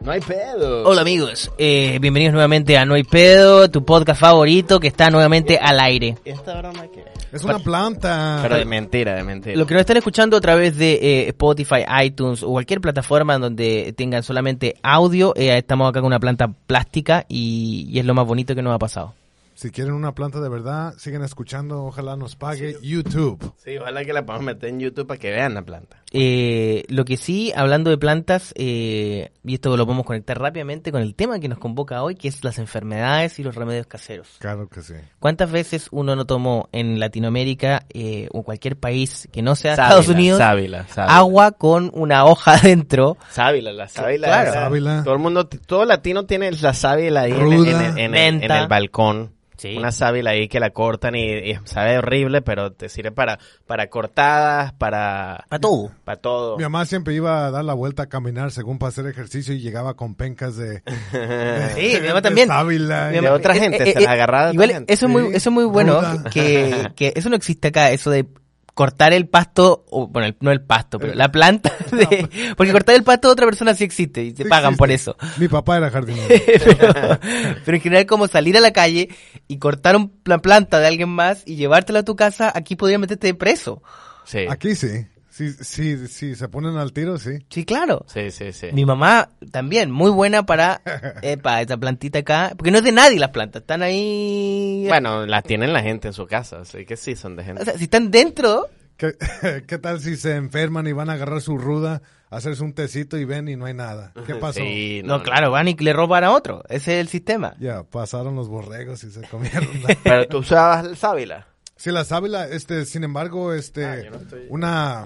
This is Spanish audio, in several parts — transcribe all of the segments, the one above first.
No hay pedo. Hola amigos, eh, bienvenidos nuevamente a No hay pedo, tu podcast favorito que está nuevamente al aire. ¿Y esta broma qué es? Es una planta. Pero de mentira, de mentira. Lo que nos están escuchando a través de eh, Spotify, iTunes o cualquier plataforma donde tengan solamente audio, eh, estamos acá con una planta plástica y, y es lo más bonito que nos ha pasado. Si quieren una planta de verdad, sigan escuchando. Ojalá nos pague YouTube. Sí, ojalá que la podamos meter en YouTube para que vean la planta. Eh, lo que sí, hablando de plantas, eh, y esto lo podemos conectar rápidamente con el tema que nos convoca hoy, que es las enfermedades y los remedios caseros. Claro que sí. ¿Cuántas veces uno no tomó en Latinoamérica eh, o cualquier país que no sea Sábila, Estados Unidos Sábila, sábila. agua con una hoja adentro? Sábila, la sábila. Claro. esa. Sábila. Todo el mundo, todo latino tiene la sábila ahí en, el- Ruda. en el, en el- en Menta. el balcón. Sí. Una sábila ahí que la cortan y, y sabe horrible, pero te sirve para, para cortadas, para, Para todo. para todo. Mi mamá siempre iba a dar la vuelta a caminar según para hacer ejercicio y llegaba con pencas de. de- Sí, mi de mamá también. sábila. Mi De mamá- otra eh, gente, eh, se la eh, agarraba de Igual, otra gente. eso es muy, Sí, eso es muy bueno, ruda. que, que eso no existe acá, eso de cortar el pasto, o, bueno, el- no el pasto, Eh. pero la planta de... Porque cortar el pasto de otra persona sí existe y te pues. Sí pagan por existe. eso. Mi papá era jardinero. pero, pero en general como salir a la calle y cortar un- la planta de alguien más y llevártela a tu casa, aquí podría meterte preso. Sí, Aquí sí. Sí, sí, sí, se ponen al tiro, sí. Sí, claro. sí, sí, sí. Mi mamá también, muy buena para epa, esa plantita acá, porque no es de nadie las plantas, están ahí... Bueno, las tienen la gente en su casa, así que sí son de gente. o sea, si están dentro, ¿Qué, qué tal si se enferman y van a agarrar su ruda, hacerse un tecito y ven y no hay nada? ¿Qué pasó? Sí, No, claro, van y le roban a otro. Ese es el sistema. Ya, pasaron los borregos y se comieron. la- Pero tú usabas el sábila. Sí, la sábila, este, sin embargo, este, Ah, una,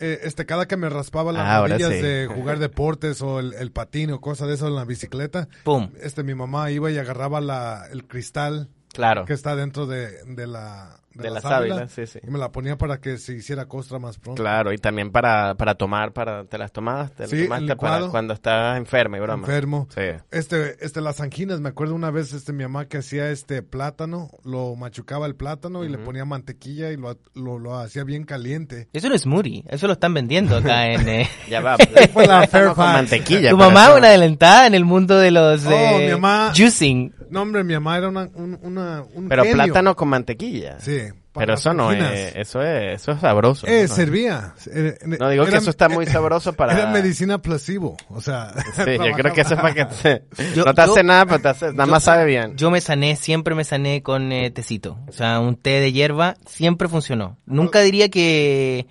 eh, este, cada que me raspaba las Ah, ahora rodillas sí. de jugar deportes o el, el patín o cosa de eso en la bicicleta, Pum. este, mi mamá iba y agarraba la, el cristal Claro. que está dentro de, de la, De la sábila, sí, sí. y me la ponía para que se hiciera costra más pronto. Claro, y también para, para tomar, para te las tomabas, te las Sí, tomaste licuado. para cuando estás enferma y broma. Enfermo. Sí. Este, este, las anginas, me acuerdo una vez, este, mi mamá que hacía este plátano, lo machucaba el plátano y le ponía mantequilla y lo, lo, lo hacía bien caliente. Eso no es Muri. Eso lo están vendiendo acá en... eh. Ya va. pues. Fue la Estamos con Fairfax. mantequilla. Tu pero mamá eso- una adelantada en el mundo de los... Oh, eh, mi mamá. Juicing. No, hombre, mi mamá era una, un, una, un Pero genio. plátano con mantequilla. Sí. para Pero las eso no anginas. es, eso es, eso es sabroso. Eh, ¿no? servía. Eh, eh, No, digo que era- eso está muy sabroso para... Era medicina placebo, o sea. Sí, yo creo que eso es para que... te- Yo- no te yo- hace nada, pero te hace- nada yo- más sabe bien. Yo me sané, siempre me sané con eh, tecito. O sea, un té de hierba siempre funcionó. Nunca diría que...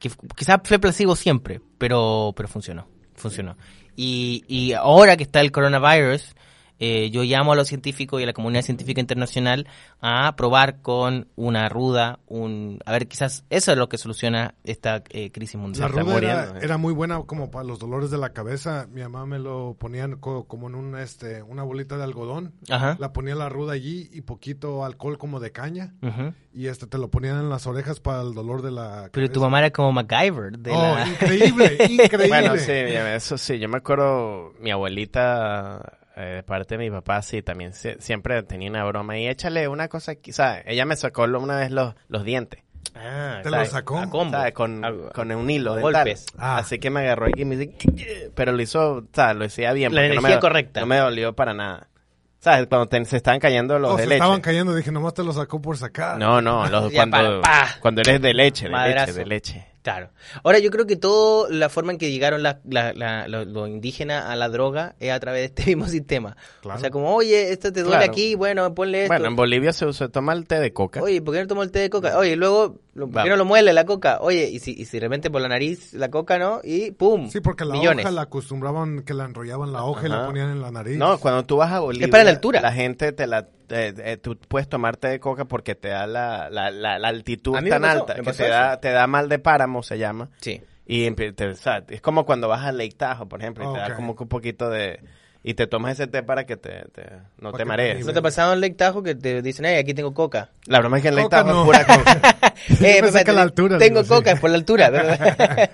que quizás fue placebo siempre, pero, pero funcionó. Funcionó. Y, y ahora que está el coronavirus... eh, yo llamo a los científicos y a la comunidad científica internacional a probar con una ruda, un... A ver, quizás eso es lo que soluciona esta eh, crisis La está mundial. ruda era, muriendo, eh. era muy buena como para los dolores de la cabeza. Mi mamá me lo ponían co- como en un, este, una bolita de algodón. Ajá. La ponía la ruda allí y poquito alcohol como de caña. Ujú. Y este te lo ponían en las orejas para el dolor de la Pero tu cabeza. mamá era como MacGyver. De Oh, la- increíble, increíble. Bueno, sí, ya- eso sí, yo me acuerdo, mi abuelita, eh, de parte de mi papá, sí, también sie- siempre tenía una broma. Y échale una cosa aquí, ¿sabes? Ella me sacó lo- una vez los, los dientes, Ah, Te está- lo ¿sabes? sacó. a combo. ¿sabes? Con, Ah, con un hilo a de golpes. Ah. Así que me agarró aquí y me dice, "Qué-". pero lo hizo, ¿sabes? Lo hacía bien. La porque no me energía do- correcta. No me dolió para nada. ¿Sabes? Cuando te- se estaban cayendo los Oh, de se leche. estaban cayendo, dije, nomás te lo sacó por sacar. No, no, los, Ya, cuando, pa- pa. cuando eres de leche, de Madrazo. leche, de leche. Claro. Ahora yo creo que toda la forma en que llegaron las- la- la- los los indígenas a la droga es a través de este mismo sistema. Claro. O sea, como, oye, esto te duele Claro. aquí, bueno, ponle esto. Bueno, en Bolivia se usa, toma el té de coca. Oye, ¿por qué no tomó el té de coca? Oye, y luego, lo- ¿por qué Vamos. no lo muele la coca? Oye, y si, y si de repente por la nariz la coca, ¿no? Y ¡pum! Sí, porque la Millones. hoja la acostumbraban que la enrollaban la hoja y Ajá. la ponían en la nariz. No, cuando tú vas a Bolivia. Es para la altura. La gente te la. eh, eh, tú puedes tomarte de coca porque te da la, la, la, la altitud A mí me tan pasó, alta. me Que pasó te, da, te da mal de páramo, se llama. Sí. Y empie- te- o sea, es como cuando vas al Lake Tahoe, por ejemplo, y te Ok. da como que un poquito de... Y te tomas ese té para que te, te- no Para que te te marees. alivies. ¿No te ha pasado en Lake Tahoe que te dicen, ay, aquí tengo coca? La broma es que en Lake Coca Tahoe no. es pura coca. Eh, pensé papá, que a la te- altura, Tengo digo, sí. coca, es por la altura. ¿verdad?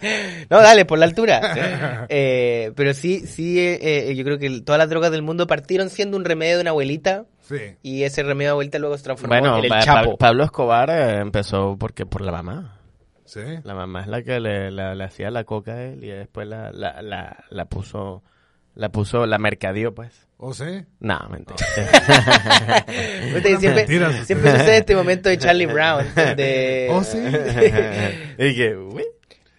no, dale, por la altura. Eh, pero sí, sí, eh, eh, yo creo que el- todas las drogas del mundo partieron siendo un remedio de una abuelita Sí. y ese remedio de abuelita luego se transformó bueno, en el Pa- chapo. Pa- Pablo Escobar eh, empezó porque por la mamá. Sí. La mamá es la que le, la- le hacía la coca a él y después la, la, la, la puso, la puso, la mercadeó, pues. ¿O sí? No, mentira. Viste que siempre, Mentiras. siempre sucede este momento de Charlie Brown. donde- ¿O ¿Oh, sí? y que, uy.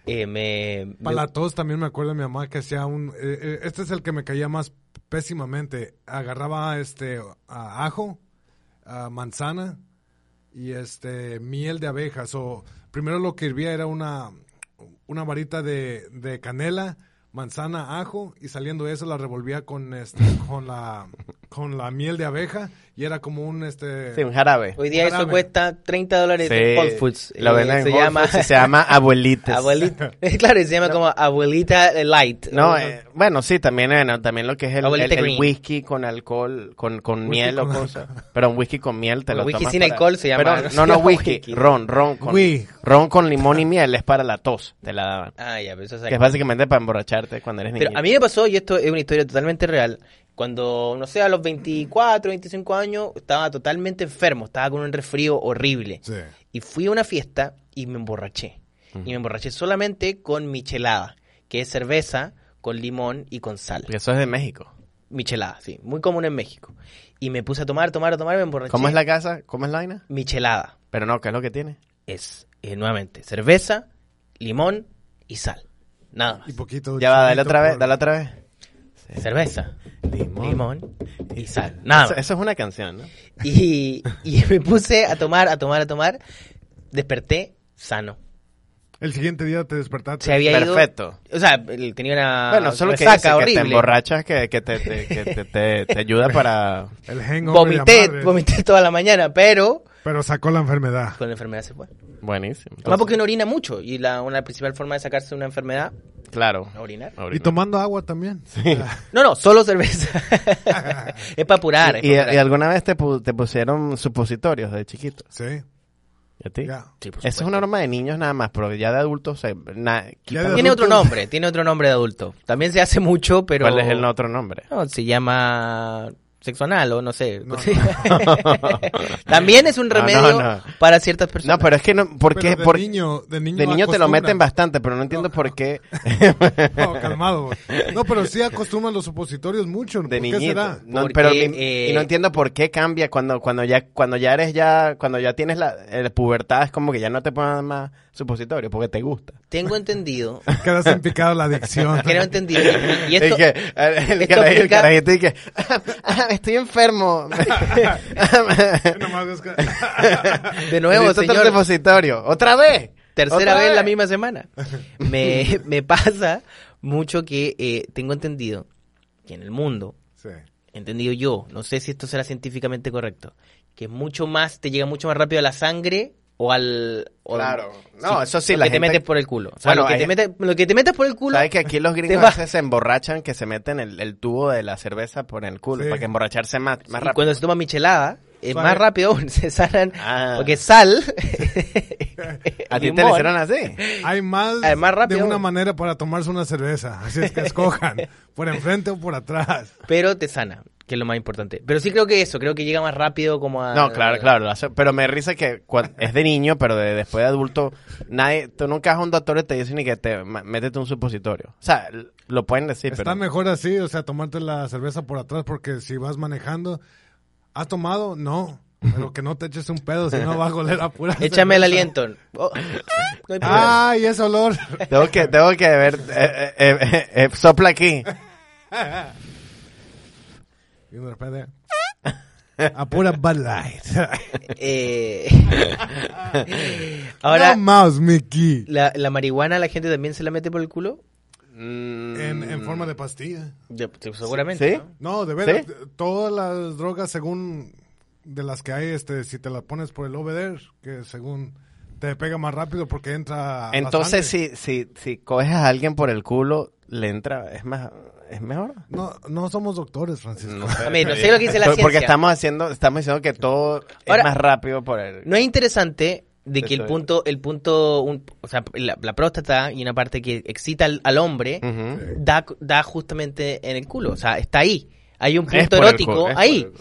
Eh, me, Para me- la tos también me acuerdo de mi mamá que hacía un... eh, eh, este es el que me caía más pésimamente. Agarraba este a ajo, a manzana y este miel de abejas. O primero lo que hervía era una, una varita de, de canela, manzana, ajo y saliendo eso la revolvía con este, con la con la miel de abeja y era como un este Sí, un jarabe. hoy día eso Jarabe. cuesta 30 dólares en Sí, Whole Foods. Lo Eh, venden en se Whole llama Foods y se llama abuelitas. abuelita. claro, se llama como abuelita light. No, eh, bueno, sí, también, eh, no, también lo que es el, Abuelita el- el Green. whisky con alcohol, con, con Whisky miel o con cosas. Pero un whisky con miel te lo Whisky tomas sin para- alcohol se llama. Pero, no, no, whisky, Whisky. ron, ron con, Whi- ron con limón y miel es para la tos, te la daban. Ah, ya, pero eso es eh, Que es básicamente para emborracharte cuando eres niño. Pero a mí me pasó, y esto es una historia totalmente real, cuando, no sé, a los 24, 25 años, estaba totalmente enfermo, estaba con un resfrío horrible. Sí. Y fui a una fiesta y me emborraché. Y me emborraché solamente con michelada, que es cerveza con limón y con sal. Porque eso es de México. Michelada, sí, muy común en México. Y me puse a tomar, tomar, a tomar, me emborraché. ¿Cómo es la casa? ¿Cómo es la vaina? Michelada Pero no, ¿qué es lo que tiene? es, eh, nuevamente, cerveza, limón y sal. Nada Y más. poquito Ya va, dale chilito otra vez, por- dale otra vez. Cerveza, Limón. limón y sal. Nada Eso, más. eso es una canción, ¿no? Y, y me puse a tomar, a tomar, a tomar. Desperté sano. El siguiente día te despertaste. Se había Perfecto. ido. O sea, él tenía una bueno, solo que, resaca dice que te horrible. emborrachas, que, que te, te- que te- te- te ayuda para... El hangover de la vomité, madre, vomité toda la mañana, pero Pero sacó la enfermedad. con la enfermedad se fue. Buenísimo. Además porque uno orina mucho y la, una principal forma de sacarse una enfermedad Claro. es orinar. Y tomando agua también. No, no, solo cerveza. es para apurar. es ¿Y, pa' y apurar. alguna vez te, pu- te pusieron supositorios de chiquito? Sí, ¿Y a ti? ya. Sí, por Eso es supuesto. una norma de niños nada más, pero ya de adultos... se- na- quitan- de Tiene otro adultos. nombre, tiene otro nombre de adulto. También se hace mucho, pero... ¿Cuál es el otro nombre? No, se llama sexo anal o no sé. No, También es un No, remedio no, no. para ciertas personas. No, pero es que no... Porque, Pero de por- niño, de niño, de niño te lo acostumbran. meten bastante, pero no entiendo por qué... No, calmado. No, pero sí acostumbran los supositorios mucho. ¿Por de qué niñito. será? No, Porque, pero mi- eh, y no entiendo por qué cambia cuando cuando ya cuando ya eres ya cuando ya tienes la, eh, pubertad es como que ya no te ponen más supositorio porque te gusta. Tengo entendido, Quedas en picado la adicción. creo entendido, y- y esto... Y que, eh, el, esto cara- el aplica- carajito y que estoy enfermo. Nomás es que- De nuevo, Necesito otro señor, supositorio. Otra vez. tercera ¿Otra vez en la misma semana. Me, me pasa mucho que eh, tengo entendido que en el mundo, Sí. entendido yo, no sé si esto será científicamente correcto, que mucho más, te llega mucho más rápido a la sangre o al... o- Claro. No, eso sí, lo la que gente- te metes por el culo. O sea, Bueno, lo, que hay- te metes, lo que te metes por el culo... Sabes que aquí los gringos va. a veces se emborrachan que se meten el, el tubo de la cerveza por el culo Sí. para que emborracharse más, más Y rápido. cuando se toma michelada, es Suave. más rápido aún, se sanan. Ah. Porque sal. A ti te limón, lo hicieron así. Hay más Además, de rápido. una manera para tomarse una cerveza. Así es que escojan. Por enfrente o por atrás. Pero te sana, que es lo más importante. Pero sí creo que eso, creo que llega más rápido como a. No, claro, claro. lo hace- pero me risa que cuan- es de niño, pero de- después de adulto, nadie, tú nunca vas a un doctor y te dicen ni que te ma- métete un supositorio. O sea, l- lo pueden decir, Está pero mejor así, o sea, tomarte la cerveza por atrás porque si vas manejando, ¿has tomado? No. Pero que no te eches un pedo, si no va a oler a pura Échame el cerveza. aliento. Oh, no hay problema. Ah. ¡Ay, ese olor! tengo que, tengo que ver, eh, eh, eh, eh, sopla aquí. Y de repente, a pura Bud Light. Eh, Ahora, Ahora, mouse, Mickey. la, la marihuana la gente también se la mete por el culo. Mm, En, en forma de pastilla. De- pues, seguramente. ¿Sí? ¿no? No, de veras, ¿Sí? todas las drogas según de las que hay, este, si te las pones por el over there, que según te pega más rápido porque entra. la Entonces, sangre. si, si, si coges a alguien por el culo, le entra, es más, es mejor. No, no somos doctores, Francisco. A ver, no sé lo que dice la Porque ciencia. estamos haciendo, estamos diciendo que todo Ahora- es más rápido por el. No es interesante de que el Estoy- punto, el punto, un- o sea, la, la próstata y una parte que excita al, al hombre Ujú. da, da justamente en el culo, o sea, está ahí. Hay un Es punto por el erótico culo, es por ahí. el culo.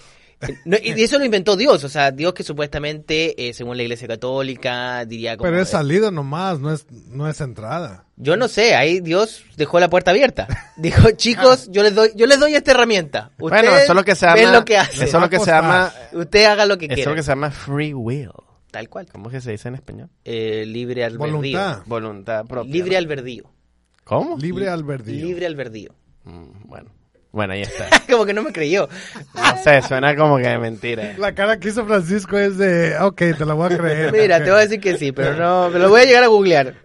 No, y eso lo inventó Dios, o sea, Dios que supuestamente, eh, según la Iglesia Católica, diría como... Pero es salida nomás, no es, no es entrada. Yo no sé, ahí Dios dejó la puerta abierta. Dijo, Ah. chicos, yo les doy, yo les doy esta herramienta. Ustedes Bueno, eso es lo que se llama. ven lo que hace. Eso es lo que se Va a llama. costar. Usted haga lo que Eso es lo quiera. que se llama free will. Tal cual. ¿Cómo es que se dice en español? Eh, libre albedrío. Voluntad. Voluntad propia. Libre ¿no? albedrío. ¿Cómo? Libre albedrío. Libre albedrío. Mm, bueno. Bueno, ahí está. como que no me creyó. No sé, suena como que de mentira. La cara que hizo Francisco es de, ok, te la voy a creer. Mira, te voy a decir que sí, pero no, me lo voy a llegar a googlear.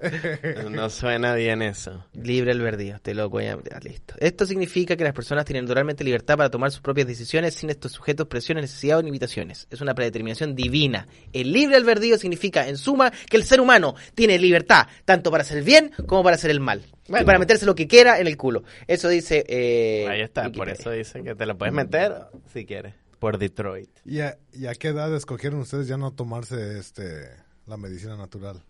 No suena bien eso. Libre albedrío, este loco ya, ya, listo. Esto significa que las personas tienen totalmente libertad para tomar sus propias decisiones sin estos sujetos presiones, necesidades o limitaciones. Es una predeterminación divina. El libre albedrío significa, en suma, que el ser humano tiene libertad tanto para hacer el bien como para hacer el mal. Y Bueno. para meterse lo que quiera en el culo. Eso dice. eh, Ahí está, por Wikipedia. eso dicen que te lo puedes meter si quieres. Por Detroit. ¿Y a, y a qué edad escogieron ustedes ya no tomarse este la medicina natural?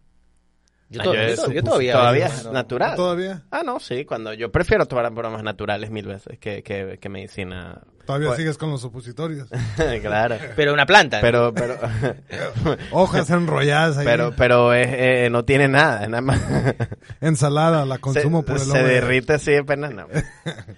Yo, Ah, to- yo yo to- yo todavía. Todavía no, es no. natural. ¿Todavía? Ah, no, sí, cuando yo prefiero tomar bromas naturales mil veces que, que, que medicina. ¿Todavía Pues- sigues con los supositorios? claro. Pero una planta. Pero, pero, Hojas enrolladas ahí. pero, pero es, eh, no tiene nada, es nada más. Ensalada, la consumo se, por el se hombre. derrite así de pena, no.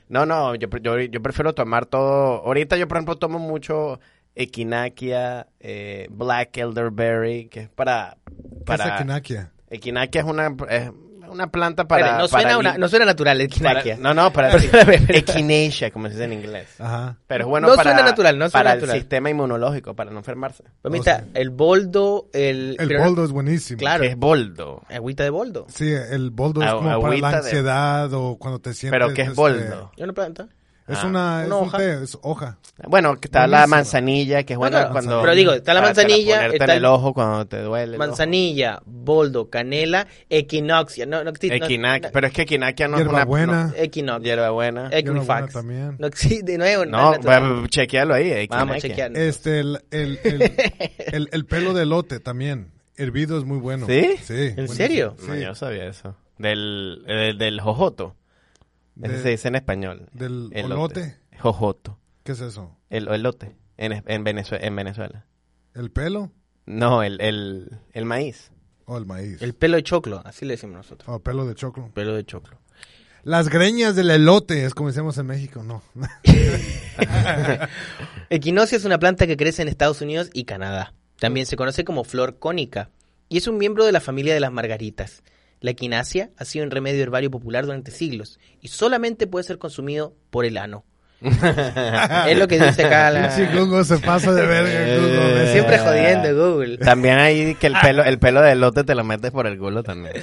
No, no, yo, pre- yo, yo prefiero tomar todo. Ahorita yo, por ejemplo, tomo mucho equinaquia, eh, black elderberry, que es para... ¿Qué para es equinaquia? Equinaquia es una, es una planta Espere, para... no, suena para una- li- no suena natural el para- quinaquia. no, no, para... Perdóname, perdóname. Echinacea, como se dice en inglés. Ajá. Pero es bueno No para, suena natural, no suena para natural. el sistema inmunológico, para no enfermarse. Pues, mira, el boldo, el. El pero- boldo es buenísimo. Claro. Que es boldo. Agüita de boldo. Sí, el boldo es Agü- como para la agüita de- ansiedad o cuando te sientes... Pero que es este, boldo. Es una planta. Es Ah. una, es Una un hoja. té, es hoja. Bueno, que está la Buenísimo. manzanilla, que es buena claro, cuando... pero digo, está la para- para manzanilla, ponerte está en el- el ojo cuando te duele. el ojo. Manzanilla, boldo, canela, equinoxia. No, no existe. no- Equinaquia, no- pero es que equinaquia no es una... Hierbabuena. Equinox, Hierbabuena. Hierbabuena equifax. también. No existe, no es una No, natural. va- chequealo ahí. Vamos equinaquia. a chequear. Este, el, el, el, el- el pelo de lote también. Hervido es muy bueno. ¿Sí? Sí. ¿En serio? No, Sí. yo sabía eso. Del, eh, del jojoto. Ese De- se dice en español. del Elote. olote. Jojoto. ¿Qué es eso? El elote. En, en, Venezuela, en Venezuela. ¿El pelo No, el, el, el maíz. o el maíz? El pelo de choclo, así le decimos nosotros. O pelo de choclo. Pelo de choclo. Las greñas del elote, es como decimos en México, no. Equinoxia es una planta que crece en Estados Unidos y Canadá. También se conoce como flor cónica y es un miembro de la familia de las margaritas. La equinacia ha sido un remedio herbario popular durante siglos y solamente puede ser consumido por el ano. es lo que dice acá la... Ah. Sí, Google Ah. se pasa de verga. Google. Eh, Siempre jodiendo Google. También hay que el pelo, el pelo de elote te lo metes por el culo también.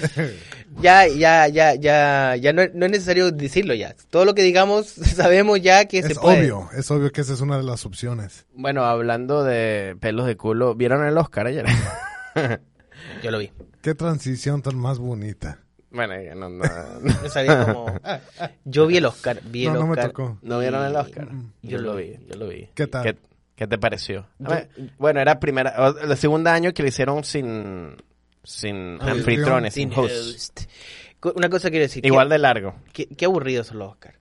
Ya, ya, ya, ya, ya no, no es necesario decirlo ya. Todo lo que digamos sabemos ya que se Es puede. obvio, es obvio que esa es una de las opciones. Bueno, hablando de pelos de culo, ¿vieron el Oscar ayer? Yo lo vi. Qué transición tan más bonita. bueno, ya no, no, No sabía cómo. Yo vi el Oscar, vi el No, no me Oscar. tocó. ¿No vieron el Oscar? Yo Yo lo lo vi, yo lo vi. ¿Qué tal? ¿Qué, qué te pareció? A ver, bueno, era primera, o- el segundo año que lo hicieron sin, sin Anfitrión. anfitriones, sin Sin host. host. Co- Una cosa quiero decir. Igual de largo. Qué, qué aburridos son los Oscar.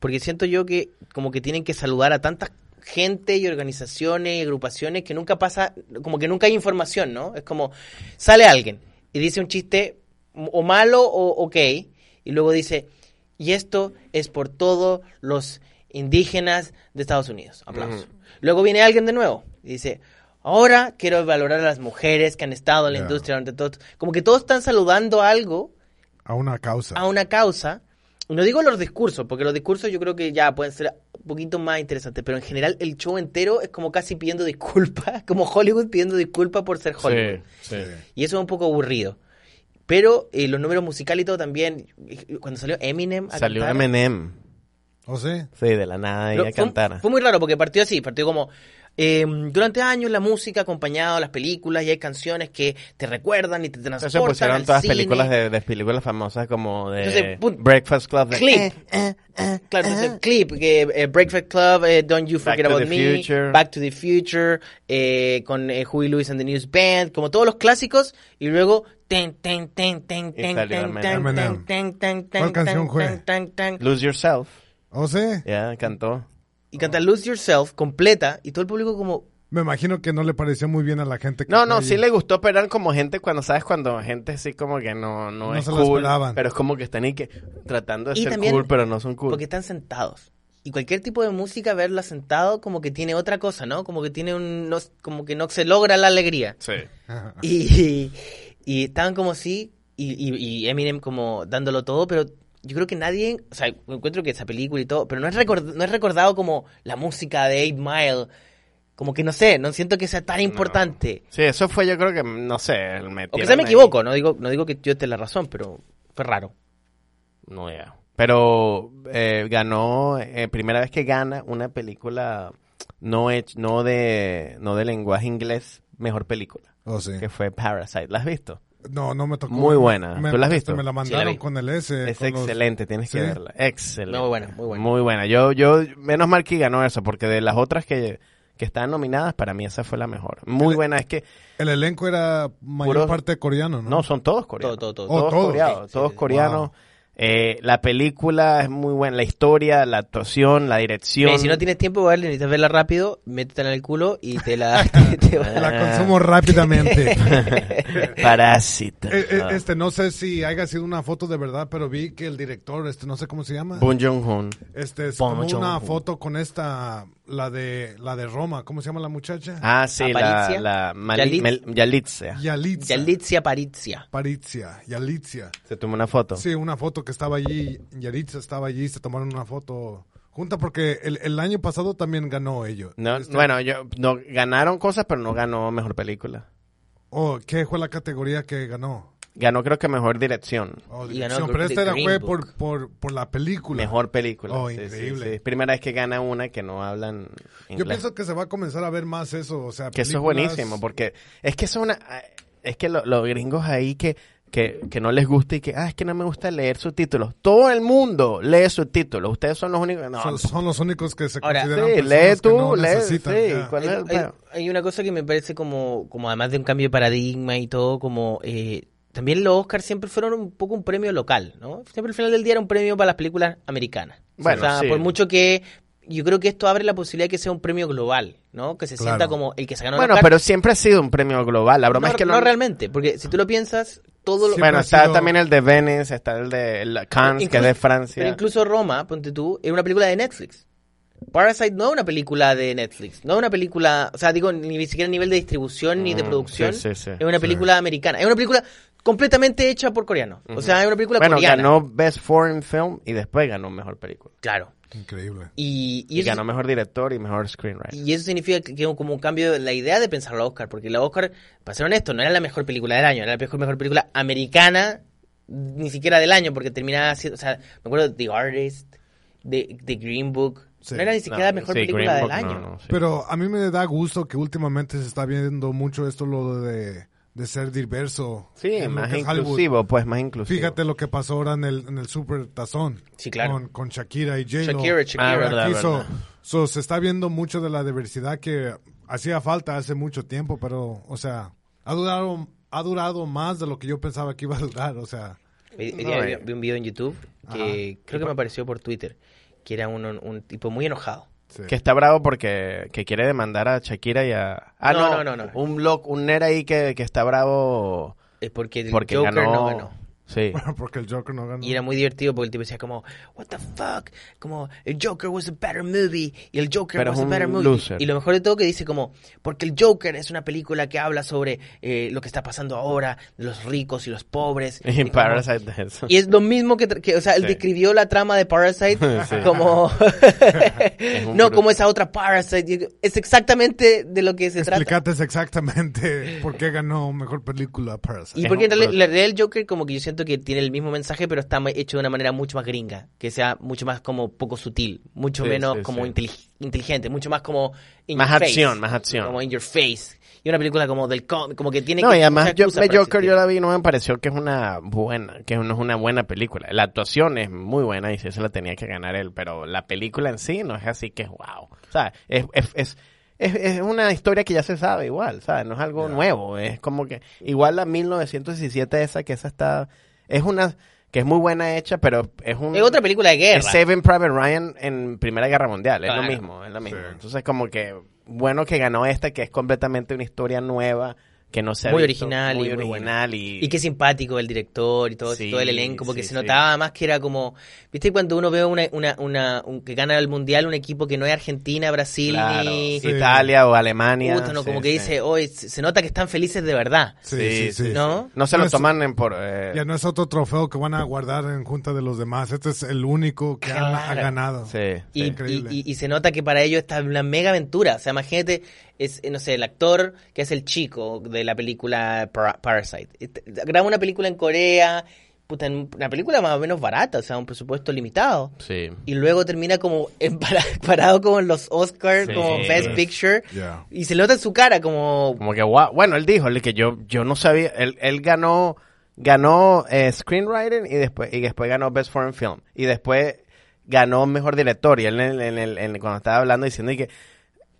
Porque siento yo que como que tienen que saludar a tanta gente y organizaciones y agrupaciones que nunca pasa, como que nunca hay información, ¿no? Es como sale alguien y dice un chiste m- o malo o ok y luego dice, y esto es por todos los indígenas de Estados Unidos. Aplausos. Luego viene alguien de nuevo y dice, ahora quiero valorar a las mujeres que han estado en la Ya. industria durante todo. Como que todos están saludando algo A una causa. a una causa. No digo los discursos, porque los discursos yo creo que ya pueden ser un poquito más interesantes, pero en general el show entero es como casi pidiendo disculpas, como Hollywood pidiendo disculpas por ser Hollywood. Y eso es un poco aburrido. Pero eh, los números musicales y todo también, eh, cuando salió Eminem a Salió cantar, Eminem. ¿O sí? Sí, de la nada pero ella fue, cantara. fue muy raro porque partió así, partió como eh, durante años la música ha acompañado a las películas y hay canciones que te recuerdan y te Eso transportan se pusieron al todas cine. películas de, de películas famosas como de Entonces, pun- Breakfast Club. de- Clip. claro, entonces, Clip, que, eh, Breakfast Club, eh, Don't You Back to Forget About the Me, Future. Back to the Future, eh, con eh, Huey Lewis and the News Band, como todos los clásicos, y luego... Ten, ten, ten, ten, Y ten, salió ten, ten, Eminem. ten, ten, ten, ten, ¿Cuál canción ten, fue? ten, ten, ten. Lose Yourself. ¿O sea? Ya, cantó. Y canta Lose Yourself, completa, y todo el público como... Me imagino que no le pareció muy bien a la gente. que No, fue no, ahí. sí le gustó, pero eran como gente cuando, ¿sabes? Cuando gente así como que no, no, No es se lo cool. esperaban. Pero es como que están ahí que tratando de Y ser también- cool, pero no son cool. Porque están sentados. Y cualquier tipo de música, verla sentado, como que tiene otra cosa, ¿no? Como que tiene un... no- como que no se logra la alegría. Sí. Y, y estaban como así, y, y- y Eminem como dándolo todo, pero yo creo que nadie, o sea, encuentro que esa película y todo, pero no es, record- no es recordado como la música de 8 Mile, como que no sé, no siento que sea tan importante. Sí, eso fue yo creo que, no sé, el metieron O quizá me ahí. equivoco, no digo, no digo que yo esté en la razón, pero fue raro. No, ya. Pero eh, ganó, eh, primera vez que gana una película no, hech- no, de, no de lenguaje inglés, mejor película, ¿O Oh, sí? que fue Parasite. ¿La has visto? No, no me tocó. Muy buena. Me- ¿Tú la has me- visto? Me la Sí, la mandaron vi. con el S. es con los- excelente, tienes ¿Sí? que verla. Excelente. Muy buena, muy buena. Muy buena. Yo, yo, menos mal que ganó eso, porque de las otras que, que estaban nominadas, para mí esa fue la mejor. Muy El- buena, es que El elenco era mayor Puros- parte coreano, ¿no? no, son todos coreanos. Todo, todo, todo. Oh, Todos todos. coreanos, Sí, sí, todos sí. coreanos. Wow. Eh, la película es muy buena, la historia, la actuación, la dirección. Mira, Eh, si no tienes tiempo, vale, necesitas verla rápido, métetela en el culo y te la... te- te va- La consumo rápidamente. Ah. Parásito. Eh, eh, este, no sé si haya sido una foto de verdad, pero vi que el director, este, no sé cómo se llama. Bong Joon-ho. Este, es Bong como una Joon-ho. foto con esta, la de, la de Roma, ¿cómo se llama la muchacha? Ah, sí, la, Aparicia. la Mali- Yalitza. Mel- Yalitza. Yalitza. Yalitza Paritzia. Paritzia, Yalitza. Se tomó una foto. Sí, una foto que estaba allí, Yalitza estaba allí, se tomaron una foto junta porque el, el año pasado también ganó ello. No, Este, bueno, yo, no, ganaron cosas, pero no ganó mejor película. oh, ¿Qué fue la categoría que ganó? Ganó creo que mejor dirección. Oh, Y ganó, dirección, creo pero que The esta era Green fue Book. por, por, por la película. Mejor película. Oh, Sí, sí, increíble. sí. Primera vez que gana una que no hablan inglés. Yo pienso que se va a comenzar a ver más eso, o sea, que eso es películas- buenísimo, porque es que son una, es que lo- los gringos ahí que, que, que no les gusta y que, ah, es que no me gusta leer subtítulos. Todo el mundo lee subtítulos. Ustedes son los únicos. No, son, son los únicos que se Ahora, consideran sí, personas lee que tú, no lee. Sí, necesitan, ya. ¿cuál es Hay, el hay- pedo? hay una cosa que me parece como, como además de un cambio de paradigma y todo, como eh, también los Oscars siempre fueron un poco un premio local, ¿no? Siempre al final del día era un premio para las películas americanas. Bueno, o sea, sí. por mucho que yo creo que esto abre la posibilidad de que sea un premio global, ¿no? Que se Claro. sienta como el que se ganó el Bueno, Oscar. pero siempre ha sido un premio global. La broma no, es que no lo- realmente, porque si tú lo piensas, todo lo, Sí, Bueno, ha está sido- también el de Venice, está el de el Cannes, que es de Incluso- Francia. Pero incluso Roma, ponte tú, era una película de Netflix. Parasite no es una película de Netflix, no es una película, o sea, digo, ni siquiera a nivel de distribución ni de Mm, producción. sí, sí, sí. es una película americana, es una película completamente hecha por coreanos. O sea, es una película bueno, coreana. ganó Best Foreign Film y después ganó Mejor Película. Claro. Increíble. Y, y Y, eso, ganó Mejor Director y Mejor Screenwriter. y eso significa que que como un cambio de la idea de pensar la Oscar, porque la Oscar, para ser honesto, no era la mejor película del año, era la mejor, mejor película americana, ni siquiera del año, porque terminaba siendo, o sea, me acuerdo de The Artist, de The Green Book, Sí, no era ni siquiera la No, eh, mejor sí, película Green del Book, no, año. no, sí. Pero a mí me da gusto que últimamente se está viendo mucho esto lo de, de ser diverso. sí, en lo más que es Hollywood. inclusivo, pues más inclusivo. Fíjate lo que pasó ahora en el, en el Super Tazón. Sí, claro. Con, con Shakira y J-Lo. Shakira, Shakira. Ah, Ahora verdad, aquí so- verdad. so se está viendo mucho de la diversidad que hacía falta hace mucho tiempo, pero, o sea, ha durado, ha durado más de lo que yo pensaba que iba a durar, o sea. Hoy- hoy No, día eh. vi, vi un video en YouTube que creo que me apareció por Twitter, que era un, un tipo muy enojado. sí. Que está bravo porque que quiere demandar a Shakira y a... Ah, no, no, no, no. Un loco, un nerd ahí que, que está bravo Es porque el porque Joker ganó... no ganó. Sí. Porque el Joker no ganó. Y era muy divertido porque el tipo decía como, what the fuck, como, el Joker was a better movie, y el Joker Pero was es a un better movie. loser. Y lo mejor de todo que dice como, porque el Joker es una película que habla sobre eh, lo que está pasando ahora, de los ricos y los pobres. Y en como- Parasite eso. y es lo mismo que, tra- que, o sea, él Sí. describió la trama de Parasite Sí. como un no bruto. como esa otra Parasite, Y es exactamente de lo que se trata. Explícate exactamente por qué ganó mejor película Parasite. Y Es porque en un realidad bruto. la realidad el Joker como que yo siento siento que tiene el mismo mensaje, pero está ma- hecho de una manera mucho más gringa, que sea mucho más como poco sutil, mucho Sí, menos sí, como sí. intelig- inteligente, mucho más como in Más your face, acción, más acción. Como in your face. Y una película como del cómic, como que tiene No, que- y además muchas yo, excusas The para Joker existir. yo la vi y no me pareció que es una buena, que no es una buena película. La actuación es muy buena y sí se la tenía que ganar él, pero la película en sí no es así que es wow. O sea, es, es, es, es- es una historia que ya se sabe igual, ¿sabes? No es algo nuevo, es como que igual la 1917 esa que esa está, es una, que es muy buena hecha, pero es un... Es otra película de guerra. Es Saving Private Ryan en Primera Guerra Mundial, es Claro. lo mismo, es lo mismo. Sí. Entonces como que bueno que ganó esta que es completamente una historia nueva que no se ha Muy visto, original muy y muy buena. original y, Y qué simpático el director y todo, Sí, todo el elenco, porque sí, se sí. notaba más que era como, viste cuando uno ve una, una, una un- que gana el mundial un equipo que no es Argentina, Brasil claro, ni sí. Italia o Alemania, Puta, no, sí, como que sí. dice, hoy se nota que están felices de verdad, Sí, sí, ¿no? no se No lo es- toman en por eh, Ya no es otro trofeo que van a guardar en junta de los demás. Este es el único que han- ha Claro. ganado. sí, Y, sí. Increíble. y- y- y se nota que para ellos está una mega aventura. O sea, imagínate, es, eh, no sé, el actor que es el chico de la película Para- Parasite. Este, Graba una película en Corea, puta, en una película más o menos barata, o sea, un presupuesto limitado. Sí. Y luego termina como en para- parado como en los Oscars, Sí. como Best Picture. Ya. Y se le nota en su cara como... Como que wow, bueno, él dijo él que yo yo no sabía, él, él ganó ganó eh, screenwriting y después y después ganó best foreign film y después ganó mejor director y él en, el- en el- en el- cuando estaba hablando diciendo y que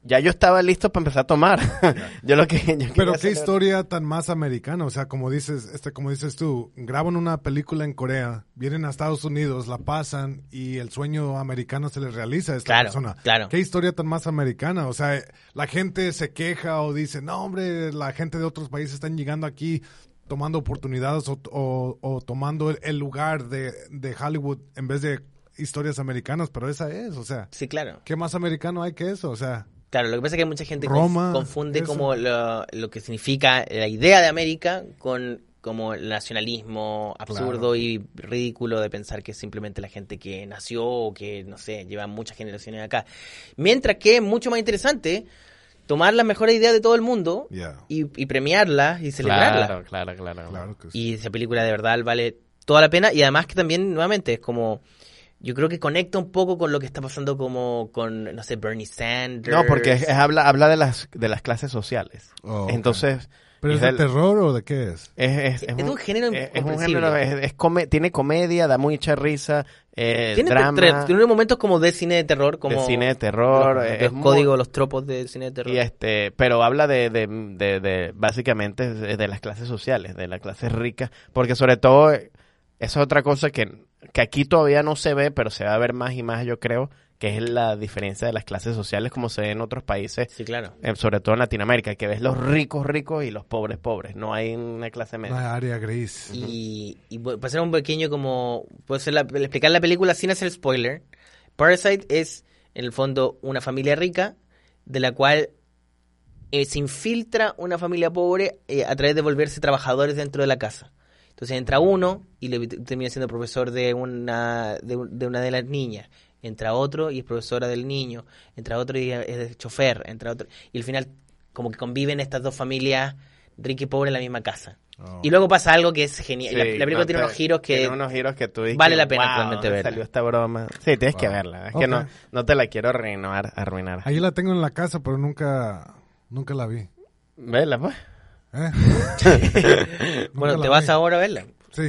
ya yo estaba listo para empezar a tomar. yo lo que yo Pero quería qué hacer- historia tan más americana, o sea, como dices, este, como dices tú, graban una película en Corea, vienen a Estados Unidos, la pasan y el sueño americano se les realiza a esta Claro, persona. claro. Qué historia tan más americana, o sea, eh, la gente se queja o dice, no hombre, la gente de otros países están llegando aquí tomando oportunidades o, o- o tomando el, el lugar de, de Hollywood en vez de historias americanas, pero esa es, o sea, Sí, claro. ¿qué más americano hay que eso? O sea, Claro, lo que pasa es que mucha gente conf- Roma, confunde eso. como lo, lo que significa la idea de América con como el nacionalismo absurdo Claro. y ridículo de pensar que es simplemente la gente que nació o que, no sé, lleva muchas generaciones acá. Mientras que es mucho más interesante tomar las mejores ideas de todo el mundo ya, y, y premiarlas y celebrarlas. Claro, claro, claro. claro que sí. Y esa película de verdad vale toda la pena. Y además que también, nuevamente, es como... Yo creo que conecta un poco con lo que está pasando como con, no sé, Bernie Sanders. No, porque es- es habla, habla de las de las clases sociales. Oh, ok. Entonces, ¿Pero es Israel- de terror o de qué es? es, es- es Es de un género es- es un incomprensible. género, es- es come- tiene comedia, da mucha risa, eh, Tiene, drama, tre- tiene momentos como de cine de terror, como de cine de terror, los, eh, los es muy- códigos, los tropos de cine de terror. y este, pero habla de, de, de- de- básicamente de, de las clases sociales, de las clases ricas, porque sobre todo eh, esa es otra cosa que, que aquí todavía no se ve, pero se va a ver más y más, yo creo, que es la diferencia de las clases sociales como se ve en otros países Sí, claro. eh, sobre todo en Latinoamérica, que ves los ricos ricos y los pobres pobres. No hay una clase Una media. área gris. Y, y bu- para hacer un pequeño como... Puedo hacer la- explicar la película sin hacer spoiler. Parasite es, en el fondo, una familia rica de la cual eh, se infiltra una familia pobre eh, a través de volverse trabajadores dentro de la casa. Entonces entra uno y le termina siendo profesor de una de, un- de una de las niñas. Entra otro y es profesora del niño. Entra otro y es de chofer. Entra otro. Y al final como que conviven estas dos familias rica y pobre en la misma casa. Oh. Y luego pasa algo que es genial. Sí, la, la película no, tiene te- unos giros que... tiene unos giros que tú dices, vale la pena "Wow, realmente ¿dónde verla". salió esta broma. Sí, tienes que Wow. verla. Es Ok. que no, no te la quiero arruinar. arruinar. Ahí la tengo en la casa, pero nunca, nunca la vi. Vela, pues. ¿Eh? Bueno, la te vas vi. ahora a verla. Sí.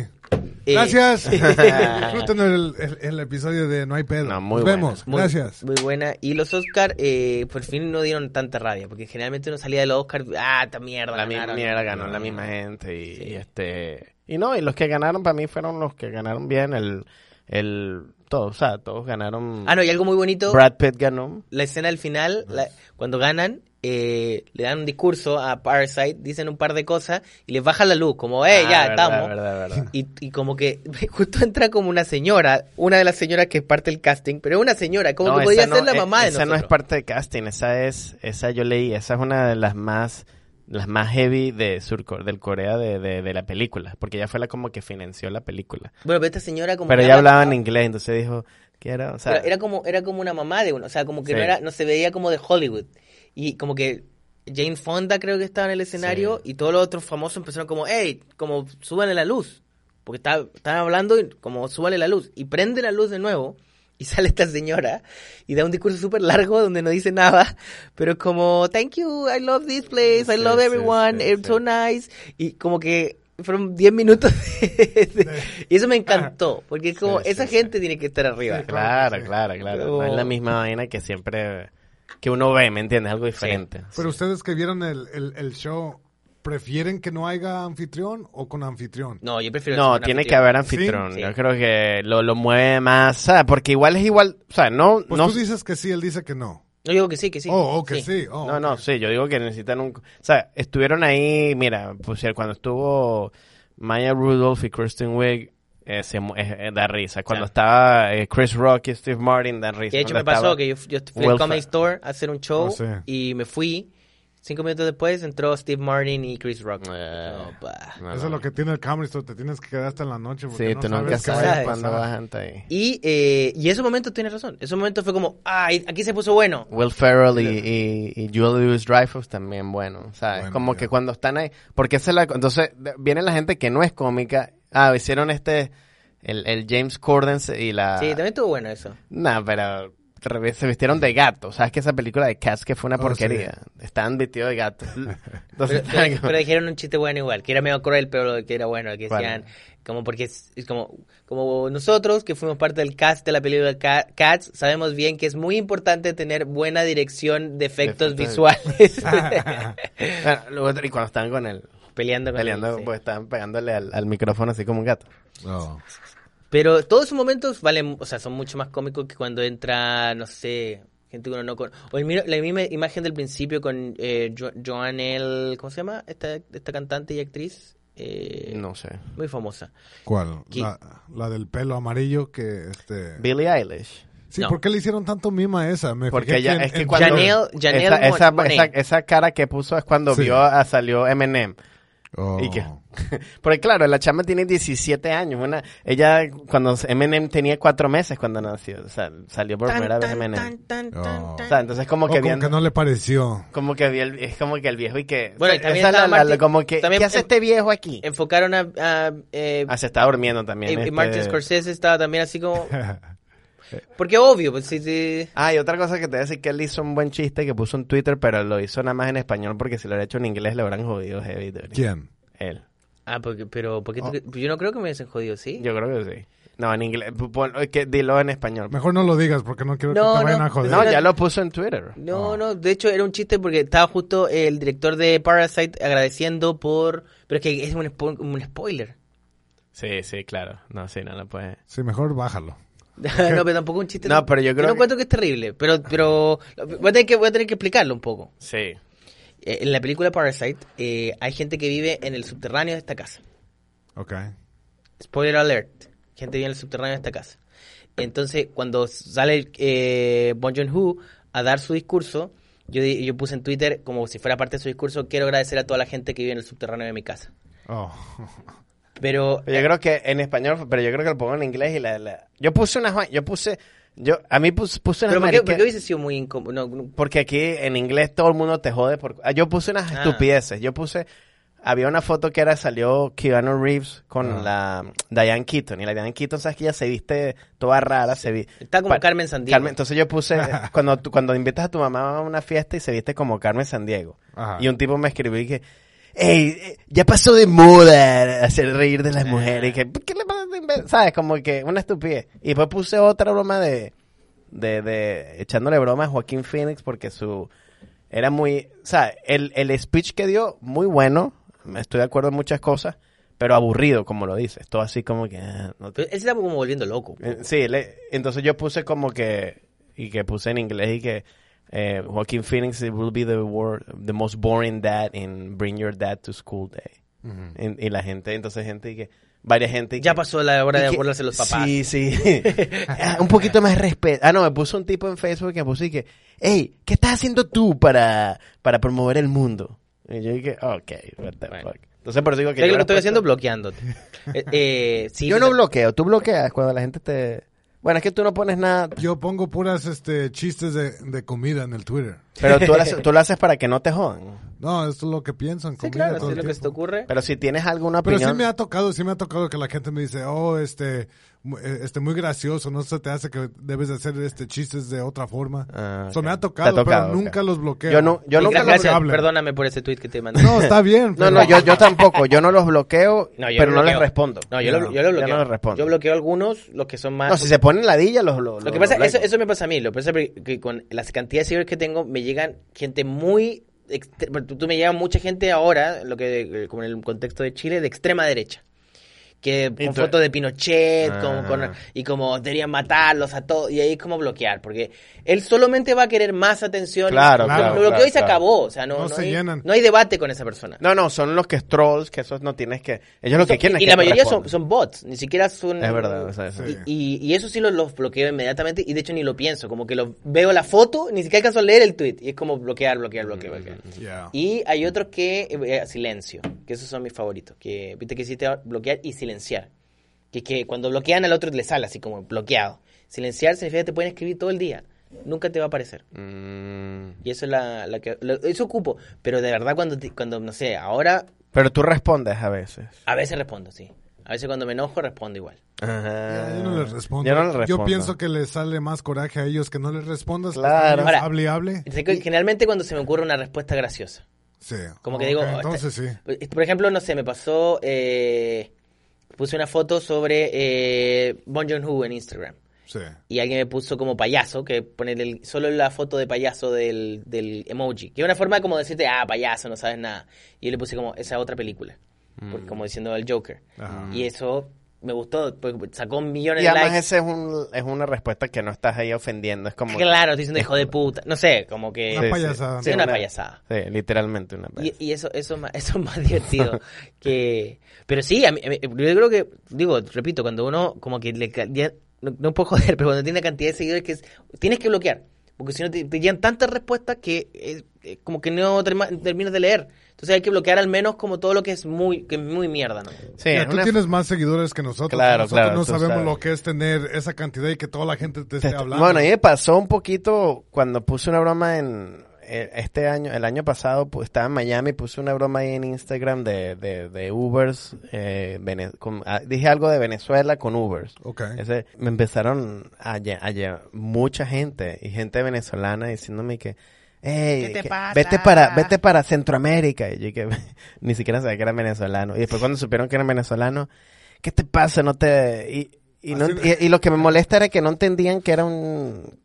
Eh, Gracias. Disfruten el, el- el episodio de No hay pedo. No, muy Nos vemos. Muy- Gracias. Muy buena. Y los Oscar eh, por fin no dieron tanta rabia, porque generalmente uno salía de los Oscar, ah, esta mierda. La misma ganaron". mierda ganó Ah. la misma gente. Y, y este. Y no, y los que ganaron para mí fueron los que ganaron bien. El. el todos, o sea, todos ganaron. Ah, no, y algo muy bonito, Brad Pitt ganó. la escena al final, la- cuando ganan, eh, le dan un discurso a Parasite, dicen un par de cosas y les baja la luz, como, eh, Ah, ya, verdad, estamos. verdad, verdad. Y, y como que justo entra como una señora, una de las señoras que es parte del casting, pero es una señora, como No, que esa podría no- ser la e- mamá de Esa no es nosotros. parte de casting, esa es, esa yo leí, esa es una de las más, las más heavy de Surco, del Corea de, de, de la película, porque ella fue la como que financió la película. Bueno, pero esta señora como Pero que ella habla- hablaba en inglés, entonces dijo, quiero, o sea, Pero era como era como una mamá de uno, o sea, como que no Sí. era no se veía como de Hollywood y como que Jane Fonda creo que estaba en el escenario y todos los otros famosos empezaron como, "Hey, como suban la luz." Porque está- están hablando y como súbale la luz. Y prende la luz de nuevo y sale esta señora y da un discurso súper largo donde no dice nada, pero es como, thank you, I love this place, Sí, I love sí, everyone, sí, sí. it's so nice. Y como que fueron 10 minutos de- de- y eso me encantó, porque es como, Sí, sí, esa sí. gente tiene que estar arriba. Claro, claro, claro. No es la misma vaina que siempre que uno ve, ¿me entiendes? Algo diferente. Pero ustedes que vieron el, el- el show, ¿prefieren que no haya anfitrión o con anfitrión? No, yo prefiero... No, una tiene anfitrión. que haber anfitrón. Sí. Yo creo que lo, lo mueve más, ¿sabes? Porque igual es igual, o sea, no, Pues no, tú dices que sí, él dice que no. No digo que sí, que sí. oh, oh, que sí. oh, no, no, sí, yo digo que necesitan un, o sea, estuvieron ahí, mira, pues cuando estuvo Maya Rudolph y Kristen Wiig eh, se mu- eh, eh, da risa. Cuando Claro. estaba eh, Chris Rock y Steve Martin da risa. Que de hecho Cuando me pasó estaba- que yo, yo fui Will al Comedy Fer- Store a hacer un show Oh, sí. y me fui. Cinco minutos después entró Steve Martin y Chris Rock. Eh. Opa. No, Eso no. es lo que tiene el Camry Store, te tienes que quedar hasta en la noche. Porque Sí, no tú nunca qué sabes vaya a cuándo pasar. vas ante ahí. Y, eh, y ese momento tienes razón. Ese momento fue como, ay, aquí se puso bueno. Will Ferrell y, y, y Julie Louis Dreyfus también, bueno, ¿sabes? Bueno, como ya. que cuando están ahí, porque esa es la, entonces de- viene la gente que no es cómica, ah, hicieron este, el, el James Corden se- y la... Sí, también estuvo bueno eso. Nah, pero re- se vistieron de gato, ¿sabes? Que esa película de Cats que fue una Oh, porquería, estaban vestidos de gato. Entonces, Pero, pero- pero dijeron un chiste bueno igual, que era medio cruel, pero lo que era bueno, que ¿Cuál? decían, como porque es, es como, como nosotros que fuimos parte del cast de la película Ca- Cats, sabemos bien que es muy importante tener buena dirección de efectos Efectos visuales. bueno, luego- y cuando estaban con él, peleando con peleando, él, sí. pues estaban pegándole al, al micrófono así como un gato. Oh. Pero todos esos momentos valen, o sea, son mucho más cómicos que cuando entra, no sé, gente que uno no conoce. O el miro- la misma imagen del principio con eh, Jo- Joanelle, ¿cómo se llama? Esta, esta cantante y actriz. eh, No sé. Muy famosa. ¿Cuál? ¿Qué? La, la del pelo amarillo que este. Billie Eilish. Sí, No. ¿por qué le hicieron tanto mima a esa? Me Porque fijé ella- en- es que en- cuando- Janelle, Janelle esa, esa- Mon- Monáe. esa- esa cara que puso es cuando Sí. vio a salió Eminem. Oh. ¿Y qué? Porque claro, la chama tiene 17 años. Una, ella cuando Eminem tenía 4 meses cuando nació. O sea, salió por primera vez Eminem. tan, Oh. O sea, entonces como Oh, que, como viendo- que no le pareció. como que vi el- es como que el viejo y que... Bueno, y o sea, también esa es la- estaba la- Martin- como que... también- em- ¿Qué hace este viejo aquí? Enfocaron a, a, eh, Ah, se está durmiendo y- también. y este- em- Martin Scorsese estaba también así como... Porque obvio, pues sí, sí. Ah, y otra cosa que te voy a decir que él hizo un buen chiste que puso en Twitter, pero lo hizo nada más en español porque si lo hubiera hecho en inglés le habrán jodido heavy. dude. ¿Quién? Él. Ah, porque, pero ¿por qué tú cre- Pues yo no creo que me hubiesen jodido, ¿sí? Oh. Yo creo que sí. No, en inglés. Pu- pon- es que dilo en español. Mejor no lo digas porque no quiero No, que te vayan no. a joder. No, ya lo puso en Twitter. No, Ah. no, de hecho era un chiste porque estaba justo el director de Parasite agradeciendo por... Pero es que es un, spo- un spoiler. Sí, sí, claro. No, sí, no lo puede. Sí, mejor bájalo. no, pero tampoco un chiste... No, pero yo creo no que- encuentro que es terrible, pero, pero voy, a tener que, voy a tener que explicarlo un poco. Sí. Eh, en la película Parasite eh, hay gente que vive en el subterráneo de esta casa. Ok. Spoiler alert. Gente viene al subterráneo de esta casa. Entonces, cuando sale eh, Bon Joon-ho a dar su discurso, yo, di- yo puse en Twitter, como si fuera parte de su discurso, quiero agradecer a toda la gente que vive en el subterráneo de mi casa. Oh. Pero... Yo creo que en español, pero yo creo que lo pongo en inglés y la... la- Yo puse una... jo- Yo puse... Yo, a mí pus- puse una... Pero ¿por qué, por qué marique- hubiese sido muy incómodo? No, no, Porque aquí en inglés todo el mundo te jode. Por... ah, Yo puse unas Ah. estupideces. Yo puse... Había una foto que era, salió Keanu Reeves con Ah. la Diane Keaton. Y la Diane Keaton, sabes que ella se viste toda rara, se vi... Está como pa- Carmen Sandiego. Carmen, entonces yo puse, cuando, tú- cuando invitas a tu mamá a una fiesta y se viste como Carmen Sandiego. Ajá. Y un tipo me escribió y que, "Ey, eh, ya pasó de moda hacer reír de las mujeres. Y que, "¿Por ¿qué le pasa? de inve-?" ¿Sabes? Como que una estupidez. Y después puse otra broma de, de, de echándole broma a Joaquín Phoenix porque su, era muy, o sea, el, el speech que dio, muy bueno, estoy de acuerdo en muchas cosas, pero aburrido, como lo dices. Todo así como que, "Ah, no te- Pero Él se está como volviendo loco. eh, Sí, le- entonces yo puse como que y que puse en inglés y que eh, Joaquin Phoenix it will be the wor- the most boring dad in Bring Your Dad to School Day. En- y, la gente, entonces gente y que varias gente y Ya que- pasó la hora y de que- burlarse los papás. Sí, sí. Ah, un poquito más respeto. Ah, no, me puso un tipo en Facebook que me puso y que, hey, ¿qué estás haciendo tú para, para promover el mundo? Y yo dije, ok, what the Bueno. fuck. Entonces por eso digo que ¿Sabes yo lo que le estoy he haciendo? puesto- Bloqueándote. Eh, eh, sí, yo sí, no sí. bloqueo, tú bloqueas cuando la gente te... Bueno, es que tú no pones nada. Yo pongo puras este, chistes de, de comida en el Twitter. Pero tú lo, haces, tú lo haces para que no te jodan. No, esto es lo que piensan. Sí, comida claro, todo si es el lo que se te tiempo. ocurre. Pero si tienes alguna Pero sí opinión. me ha tocado, sí me ha tocado que la gente me dice, oh, este, mu- eh, este, muy gracioso, no se te hace que debes de hacer este chistes de otra forma. Ah, Eso ok. me ha Te ha tocado, tocado, ok. pero nunca los bloqueo. Yo no- yo Y no nunca gra- los gracias, hablen. perdóname por ese tweet que te mandé. No, está bien. No, pero- no, yo, yo tampoco. Yo no los bloqueo, No, yo pero no les bloqueo. respondo. No, yo, lo, yo lo yo bloqueo. no les respondo. Yo bloqueo algunos, los que son más... No, si se ponen ladilla, los. los Lo que los pasa, eso, bloqueo. eso me pasa a mí. Lo que pasa es que con las cantidades de seguidores que tengo, me llegan gente muy. extre- pero Tú, tú me llegan mucha gente ahora, lo que eh, como en el contexto de Chile, de extrema derecha. Que con Entonces- fotos de Pinochet como con- Ah. y como deberían matarlos a todos. Y ahí es como bloquear, porque él solamente va a querer más atención. Claro, y, claro, Lo bloqueó claro, y se claro. acabó. O sea, no, No no se hay, llenan. no hay debate con esa persona. No, no, son los que es trolls, que esos no tienes que. Ellos lo que Son- quieren y es que la tú mayoría son, respondas. son bots, ni siquiera son... Es verdad, o sea, eso. Sí. Y, y eso sí los los bloqueo inmediatamente y de hecho ni lo pienso, como que lo, veo la foto, ni siquiera alcanzo a leer el tweet y es como bloquear, bloquear, bloquear, Mm, bloquear. Yeah. Y hay otros que, eh, silencio, que esos son mis favoritos, que viste que hiciste bloquear y silenciar, que, que cuando bloquean al otro le sale así como bloqueado. Silenciar significa que te pueden escribir todo el día, nunca te va a aparecer. Mm, Y eso es la, la que, lo- eso ocupo, pero de verdad cuando, te- cuando no sé, ahora Pero tú respondes a veces. a veces respondo, sí. A veces cuando me enojo respondo igual. Ajá. Yo no les respondo. Yo no les respondo. pienso que les sale más coraje a ellos que no les respondas. Claro. Ellos Ahora- hable, y hable. Sé que Generalmente cuando se me ocurre una respuesta graciosa. Sí. Como que Ok, digo... oh, Entonces sí. esta- Por ejemplo, no sé, me pasó... eh, puse una foto sobre eh, Bon Joon-ho en Instagram. Sí. Y alguien me puso como payaso, que pone el- solo la foto de payaso del, del emoji. Que es una forma como decirte, ah, payaso, no sabes nada. Y yo le puse como esa otra película. porque como diciendo el Joker. Ajá. Y eso me gustó, porque sacó millones Y de además, likes. esa es, un, es una respuesta que no estás ahí ofendiendo. Es como. Claro, estoy diciendo hijo de puta. No sé, como que... Una payasada. Sí, una payasada. Sí, literalmente una Y, payasada. y eso, eso, es más- eso es más divertido que... Pero sí, a mí- a mí- yo creo que, digo, repito, cuando uno como que le... ca- ya- no, no puedo joder, pero cuando tiene una cantidad de seguidores que es- tienes que bloquear. Porque si no te, te llegan tantas respuestas que eh, eh, como que no terma- terminas de leer. Entonces hay que bloquear al menos como todo lo que es muy, que es muy mierda, ¿no? Sí, Mira, es tú una- tienes más seguidores que nosotros. Claro, nosotros claro, no tú sabemos sabes. lo que es tener esa cantidad y que toda la gente te esté Te- hablando. Bueno, a mí me pasó un poquito cuando puse una broma en eh, este año, el año pasado pu- estaba en Miami, puse una broma ahí en Instagram de, de, de Ubers, eh, Vene- con- ah, dije algo de Venezuela con Ubers. Ok. Ese- me empezaron a, lle- a lle- mucha gente y gente venezolana diciéndome que, "Ey, ¿Qué te que pasa? vete para vete para Centroamérica y yo que ni siquiera sabía que era venezolano y después cuando supieron que era venezolano, ¿qué te pasa? No te y, y, no- Así- y- y lo que me molesta era que no entendían que era un...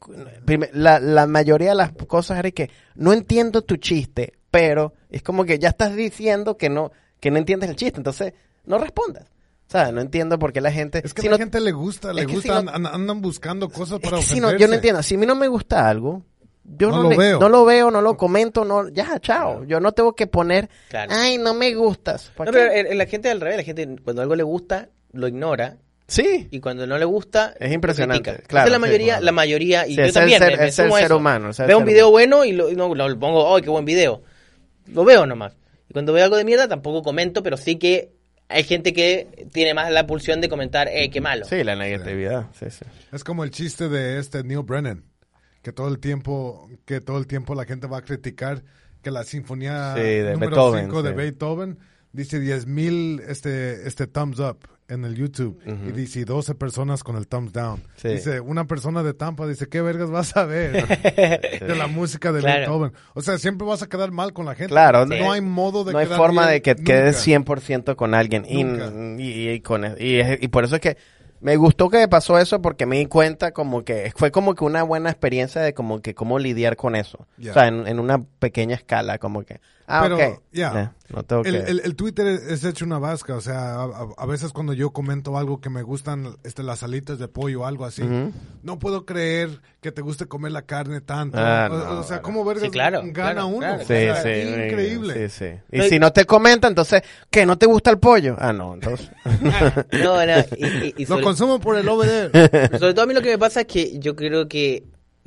prime- La, la mayoría de las cosas era que no entiendo tu chiste, pero es como que ya estás diciendo que no, que no entiendes el chiste, entonces no respondas. O sea, no entiendo por qué la gente... Es que si a la no- gente le gusta, le es que gusta, si no- an- andan buscando cosas es para que si no, ofenderse. yo no entiendo. Si a mí no me gusta algo, yo No no, lo le- veo. no lo veo, no lo comento, no, ya, chao. Yo no tengo que poner, Claro. ay, no me gustas. ¿Por No, qué? pero eh, la gente al revés, la gente cuando algo le gusta, lo ignora sí. y cuando no le gusta Es impresionante, lo critica. claro, Entonces, la sí, mayoría claro. la mayoría y Sí, yo es el también ser- me- me es el sumo a ser eso. humano, es el veo un ser video bueno y lo, y no, lo- lo pongo oh qué buen video lo veo nomás y cuando veo algo de mierda tampoco comento pero sí que hay gente que tiene más la pulsión de comentar eh qué malo Sí, la negatividad. Sí, sí. Es como el chiste de este Neil Brennan, que todo el tiempo, que todo el tiempo la gente va a criticar que la sinfonía Sí, de número Beethoven, 5 de sí. Beethoven dice 10.000 este, este thumbs up en el YouTube y dice 12 personas con el thumbs down. Sí. Dice una persona de Tampa, dice, ¿qué vergas vas a ver de la música de Claro. Beethoven? O sea, siempre vas a quedar mal con la gente. Claro, no sí. hay modo de no hay quedar forma bien de que nunca. quedes 100% con alguien. Y, Nunca. y, y con, e, y, es- y por eso es que me gustó que me pasó eso porque me di cuenta como que fue como que una buena experiencia de como que cómo lidiar con eso. Ya. O sea, en, en una pequeña escala, como que, ah, Pero, ok, ya. ya, no tengo El, que- el- el Twitter es hecho una vasca, o sea, a, a- a veces cuando yo comento algo que me gustan este, las alitas de pollo o algo así, no puedo creer que te guste comer la carne tanto. Ah, o, no, o sea, no. ¿cómo vergas Sí, claro, gana claro, uno? claro, O Sí, sea, sí, es increíble. sí, sí. Y No, y- si no te comenta, entonces, ¿qué? ¿No te gusta el pollo? Ah, no, entonces. no, no, y- y- y Lo sobre- consumo por el OBD. Sobre todo a mí lo que me pasa es que yo creo que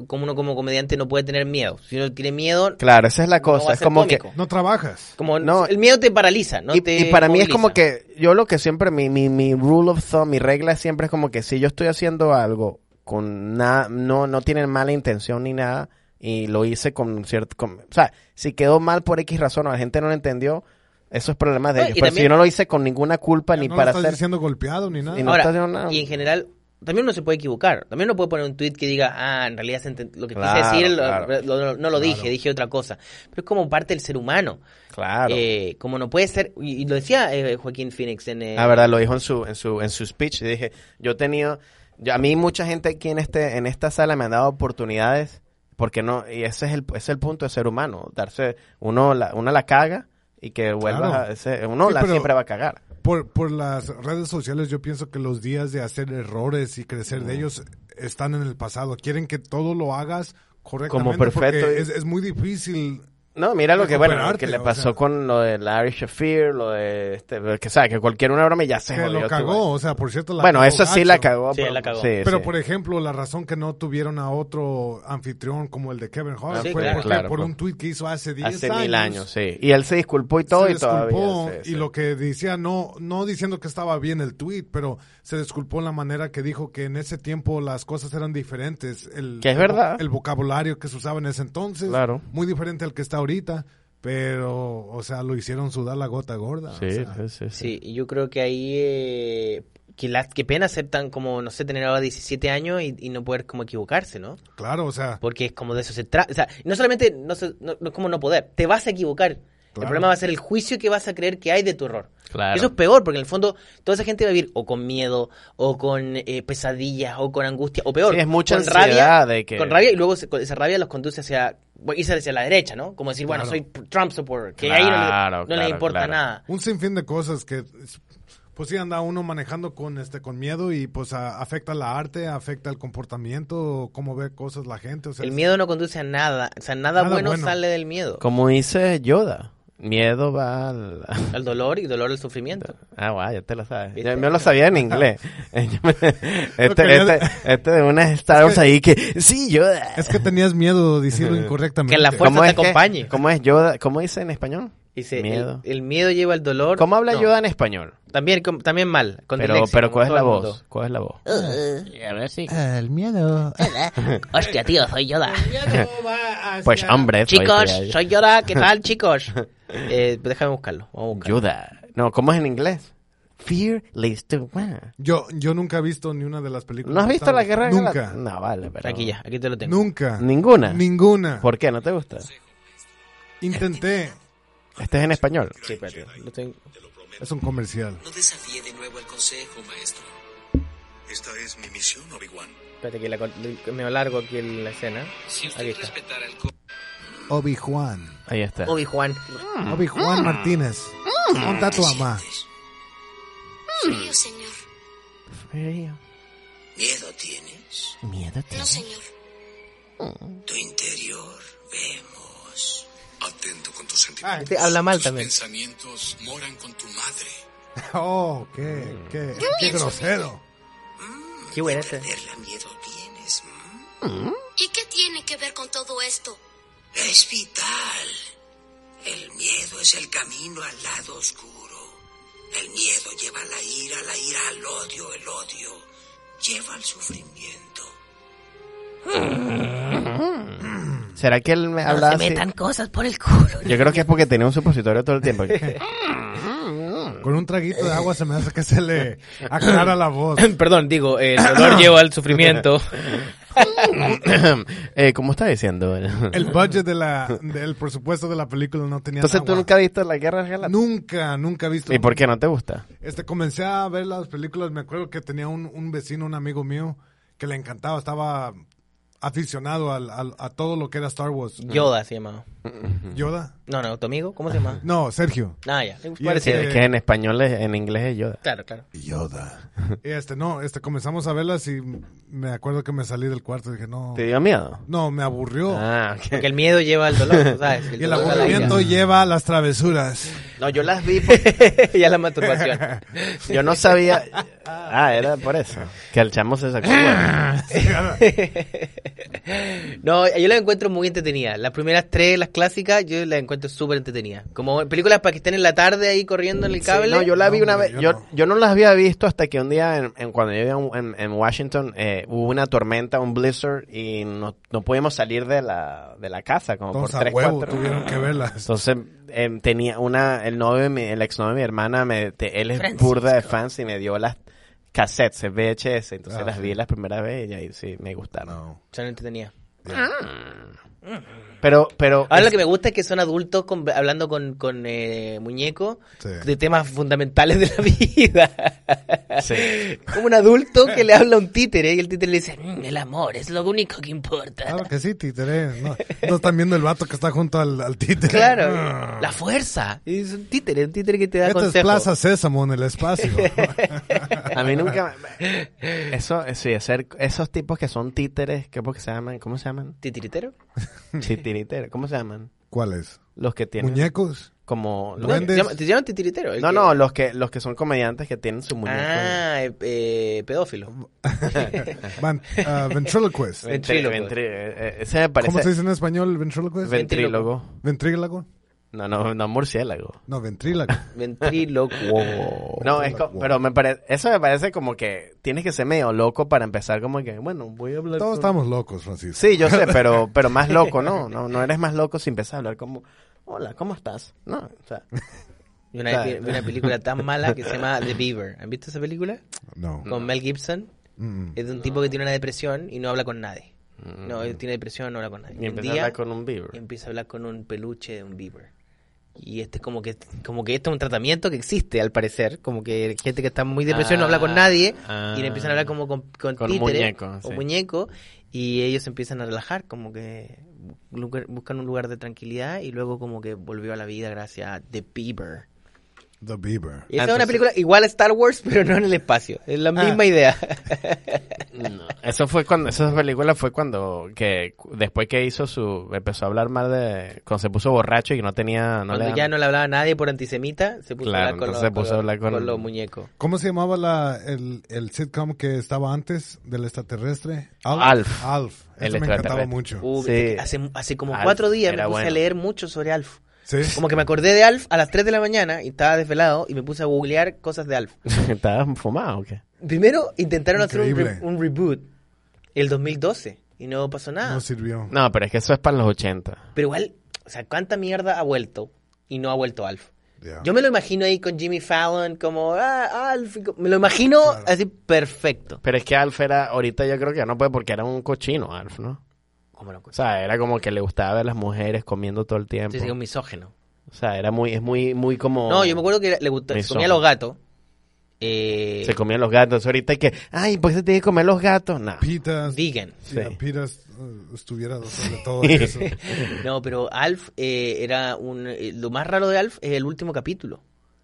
como uno como comediante no puede tener miedo. Si uno tiene miedo, claro, esa es la cosa. va a es ser como que. cómico. no trabajas. como No. el miedo te paraliza, ¿no? y, te y para mí es como moviliza. que yo lo que siempre, mi, mi, mi rule of thumb, mi regla siempre es como que si yo estoy haciendo algo con nada, no, no tienen mala intención ni nada. Y lo hice con cierto. con- o sea, si quedó mal por X razón o la gente no lo entendió, eso es problema de No, ellos. y Pero también- si yo no lo hice con ninguna culpa ni no para lo estás hacer. diciendo golpeado ni nada. Y no Ahora, está haciendo nada. y en general, también uno se puede equivocar. También uno puede poner un tweet que diga, ah, en realidad se enten- lo que Claro, quise decir lo- claro. lo- lo- no lo dije, dije otra cosa. Pero es como parte del ser humano. Claro. Eh, como no puede ser, y, y lo decía eh, Joaquín Phoenix en... eh, La Ah, verdad, lo dijo en su, en su, en su speech. Y dije, yo he tenido, yo- a mí mucha gente aquí en este, en esta sala me han dado oportunidades, porque no, y ese es el, ese es el punto de ser humano, darse, uno la, una la caga y que vuelva Claro. a, ese- uno Sí, la pero- siempre va a cagar. Por, por las redes sociales yo pienso que los días de hacer errores y crecer de ellos están en el pasado. Quieren que todo lo hagas Como correctamente. perfecto. porque Es, es muy difícil. No, mira lo que, bueno, lo que Recuperarte, le o pasó sea. con lo de Larry Shafir, lo de, este, que sabe, que cualquier una broma ya se que jodió. lo tu- cagó, o sea, por cierto, la Bueno, cagó eso sí gacho. la cagó. Sí, la cagó. Pero, por ejemplo, la razón que no tuvieron a otro anfitrión como el de Kevin Hart Sí, fue claro. porque Ah, Claro, por por- un tweet que hizo hace 10 Hace años. mil años, sí. Y él se disculpó y todo, se y todavía. disculpó sí, y sí. lo que decía, no, no diciendo que estaba bien el tweet, pero se disculpó en la manera que dijo que en ese tiempo las cosas eran diferentes. El, Que es verdad. El vocabulario que se usaba en ese entonces, Claro. muy diferente al que está ahorita, pero, o sea, lo hicieron sudar la gota gorda. o Sí, sea. sí, sí, sí. Sí, y yo creo que ahí... eh, que, la- que pena ser tan como, no sé, tener ahora 17 años y, y no poder como equivocarse, ¿no? Claro, o sea, Porque es como de eso se trata. O sea, no solamente no, se- no- no es como no poder, te vas a equivocar. El Claro. problema va a ser el juicio que vas a creer que hay de tu error. Claro. Eso es peor, porque en el fondo toda esa gente va a vivir o con miedo, o con eh, pesadillas, o con angustia, o peor. Sí, es mucha con ansiedad de que- Con rabia, y luego se- con esa rabia los conduce hacia bueno, irse hacia la derecha, ¿no? Como decir, bueno, Claro. soy Trump supporter, que ahí no, le- Claro, no claro, le importa claro. nada. un sinfín de cosas que pues sí anda uno manejando con este con miedo y pues a- afecta la arte, afecta el comportamiento, cómo ve cosas la gente, o sea, El es- miedo no conduce a nada. O sea, nada, Nada bueno, bueno. sale del miedo. Como dice Yoda, miedo va al... Al dolor y dolor al sufrimiento. Ah, guau, ya te lo sabes. ¿Viste? Yo me lo sabía en inglés. Yo me- este, quería- este, este de una Star Wars ahí que... Sí, Yoda. Es que tenías miedo de decirlo incorrectamente. Que la fuerza te es que- acompañe. ¿Cómo es Yoda? ¿Cómo dice en español? Dice, el- miedo. El, miedo lleva al dolor. ¿Cómo habla No. Yoda en español? También, com- también mal. Con Pero, dislexia, pero como ¿cuál es todo la el mundo. voz? ¿Cuál es la voz? A ver si. El miedo. Hostia, tío, soy Yoda. Pues hombre, soy- Chicos, soy- soy Yoda. ¿Qué tal, chicos? Eh, déjame buscarlo. Vamos a buscarlo. Yoda. No, ¿cómo es en inglés? Fearless to man. Yo, yo nunca he visto ni una de las películas. ¿No has de visto Star la Wars. guerra? de Nunca. Galaxias? No, vale, pero... Aquí ya, aquí te lo tengo. Nunca. ¿Ninguna? Ninguna. ¿Por qué? ¿No te gusta? Intenté. Este es en español. Sí, espérate. Lo tengo. Es un comercial. No desafíe de nuevo al consejo, maestro. Esta es mi misión, Obi-Wan. Espérate que la col- que me alargo aquí en la escena. Si usted Ahí está. respetara el Obi-Juan. Ahí está. Obi-Juan. Mm. Obi-Juan Martínez. Monta a tu mamá. Frío, señor. Frío. ¿Miedo tienes? Miedo No, señor. Tu interior vemos. Atento con tus sentimientos. Te este habla mal tus también. pensamientos moran con tu madre. Oh, qué, qué, Mm. qué grosero. Qué buena esta. Perderla miedo tienes. mm? ¿Y qué tiene que ver con todo esto? Es vital. El miedo es el camino al lado oscuro. El miedo lleva a la ira, la ira al odio, el odio lleva al sufrimiento. ¿Será que él me hablaba así? cosas por el culo. Yo creo que es porque tenía un supositorio todo el tiempo. Con un traguito de agua se me hace que se le aclara la voz. Perdón, digo, eh, el dolor lleva al sufrimiento. eh, ¿Cómo está diciendo? El budget de la, del presupuesto de la película no tenía Entonces tú agua. nunca has visto la guerra de las Galaxias? Nunca, nunca he visto. ¿Y por qué no te gusta? Este, comencé a ver las películas. Me acuerdo que tenía un, un vecino, un amigo mío, que le encantaba, estaba aficionado al- al- a todo lo que era Star Wars. Yoda se llamaba. ¿Yoda? No, no, tu amigo, ¿cómo se llama? No, Sergio. Ah, ya. Y Parecido. ese- Es que en español, es- en inglés es Yoda. Claro, claro. Yoda. Este, no, este, comenzamos a verlas y me acuerdo que me salí del cuarto y dije, no. ¿Te dio miedo? No, me aburrió. Ah, ok. Porque el miedo lleva al dolor, ¿sabes? Y el dolor a la ira. aburrimiento lleva a las travesuras. No, yo las vi porque y a la masturbación. yo no sabía. Ah, era por eso. Que el chamo se sacó. el huevo. No, yo las encuentro muy entretenidas. Las primeras tres, las clásicas, yo las encuentro súper entretenidas. Como películas para que estén en la tarde ahí corriendo en el Sí, cable. no, yo la No, vi una hombre, vez. Yo, yo no. yo no las había visto hasta que un día, en, en- cuando yo vivía en, en Washington, eh, hubo una tormenta, un blizzard, y no, no pudimos salir de la, de la casa, como Entonces, por a tres, huevo, cuatro. tuvieron que verlas. Entonces, em, tenía una, el novio de mi, el exnovio de mi hermana, me, te- él es burda de fans y me dio las cassettes, VHS, entonces Ah, las sí. vi las primeras veces y ahí sí me gustaron. No. Son entretenidas. Pero, pero, Ahora lo es- que me gusta es que son adultos con- hablando con, con eh, muñecos Sí. de temas fundamentales de la vida. sí. Como un adulto que le habla a un títere y el títere le dice, "Mm, El amor es lo único que Ah, importa. Claro que sí, títere. No, no están viendo el vato que está junto al, al títere. Ah. claro, la fuerza. Y Es un títere, un títere que te da Esto Este es consejos. Plaza Sésamo en el espacio. A mí nunca, eso, sí, hacer, esos tipos que son títeres, ¿qué porque se llaman? ¿Cómo se llaman? ¿Titiritero? Titiritero, ¿cómo se llaman? ¿Cuál es? Los que tienen ¿Muñecos? como los- No, Duendes. ¿Te llaman, te llaman titiritero? El No, que- no, los que los que son comediantes que tienen su muñeco. Ah, eh, eh, pedófilo. Van, ah, ventriloquist. Ventri- ventrílogo. ventri- eh, eh, ese me parece ¿Cómo se dice en español ventriloquist? ventrílogo. ¿Ventrílago? No, no, no murciélago. No, ventrílago. Ventriloquo. No, es co- pero me parece eso me parece como que tienes que ser medio loco para empezar como que, bueno, voy a hablar Todos con- estamos locos, Francisco. Sí, yo sé, pero pero más loco, no, no no eres más loco si empiezas a hablar como, "Hola, ¿cómo estás?" No, o sea, Y una, Claro. vi una película tan mala que se llama The Beaver. ¿Han visto esa película? No. Con Mel Gibson. Mm, Es de un tipo que tiene una depresión y no habla con nadie. No, él tiene depresión, no habla con nadie. Mm. ni Un empezar a día hablar con un beaver. empieza a hablar con un peluche de un beaver. Y este es como que como que esto es un tratamiento que existe al parecer, como que gente que está muy depresión no habla con Ah, nadie ah. y le empiezan a hablar como con, con, Con títeres muñeco, o sí. muñeco y ellos se empiezan a relajar, como que lugar- buscan un lugar de tranquilidad y luego como que volvió a la vida gracias a The Beaver. The Bieber. Y esa es Ah, Entonces- Ah. una película igual a Star Wars, pero no en el espacio. Es la misma idea. No, eso fue cuando esa película fue cuando que cu- después que hizo su empezó a hablar mal de cuando se puso borracho y que no tenía no Cuando le ya daban- no le hablaba a nadie por antisemita, se puso Claro, a hablar con, entonces los, se puso a hablar con- con los muñecos. ¿Cómo se llamaba la, el, el sitcom que estaba antes del extraterrestre? Alf. Alf. Ese El me encantaba extraterrestre. mucho. Uh, Sí. este, hace, hace como Alf cuatro días me era puse bueno. a leer mucho sobre Alf. Sí. Como que me acordé de Alf a las 3 de la mañana y estaba desvelado y me puse a googlear cosas de Alf. ¿Estabas fumado o qué? Primero intentaron Increíble. hacer un, re- un reboot el 2012 y no pasó nada. No sirvió. No, pero es que eso es para los 80. Pero igual, o sea, ¿cuánta mierda ha vuelto y no ha vuelto Alf? Ya. Yo me lo imagino ahí con Jimmy Fallon como, ah, Alf. y co- Me lo imagino así perfecto. Pero es que Alf era, ahorita yo creo que ya no puede porque era un cochino Alf, ¿no? Como lo O sea, era como que le gustaba ver a las mujeres comiendo todo el tiempo. Sí, sí, un misógeno. O sea, era muy, es muy, muy como... No, yo me acuerdo que le gustó, se Misógino. comía a los gatos. Eh, Se comían los gatos. Ahorita hay que, ay, ¿por qué se tiene que comer los gatos? No. Pitas. vegan. si la Sí. Pitas uh, estuviera sobre todo eso. No, pero Alf eh, era un... eh, lo más raro de Alf es el último capítulo.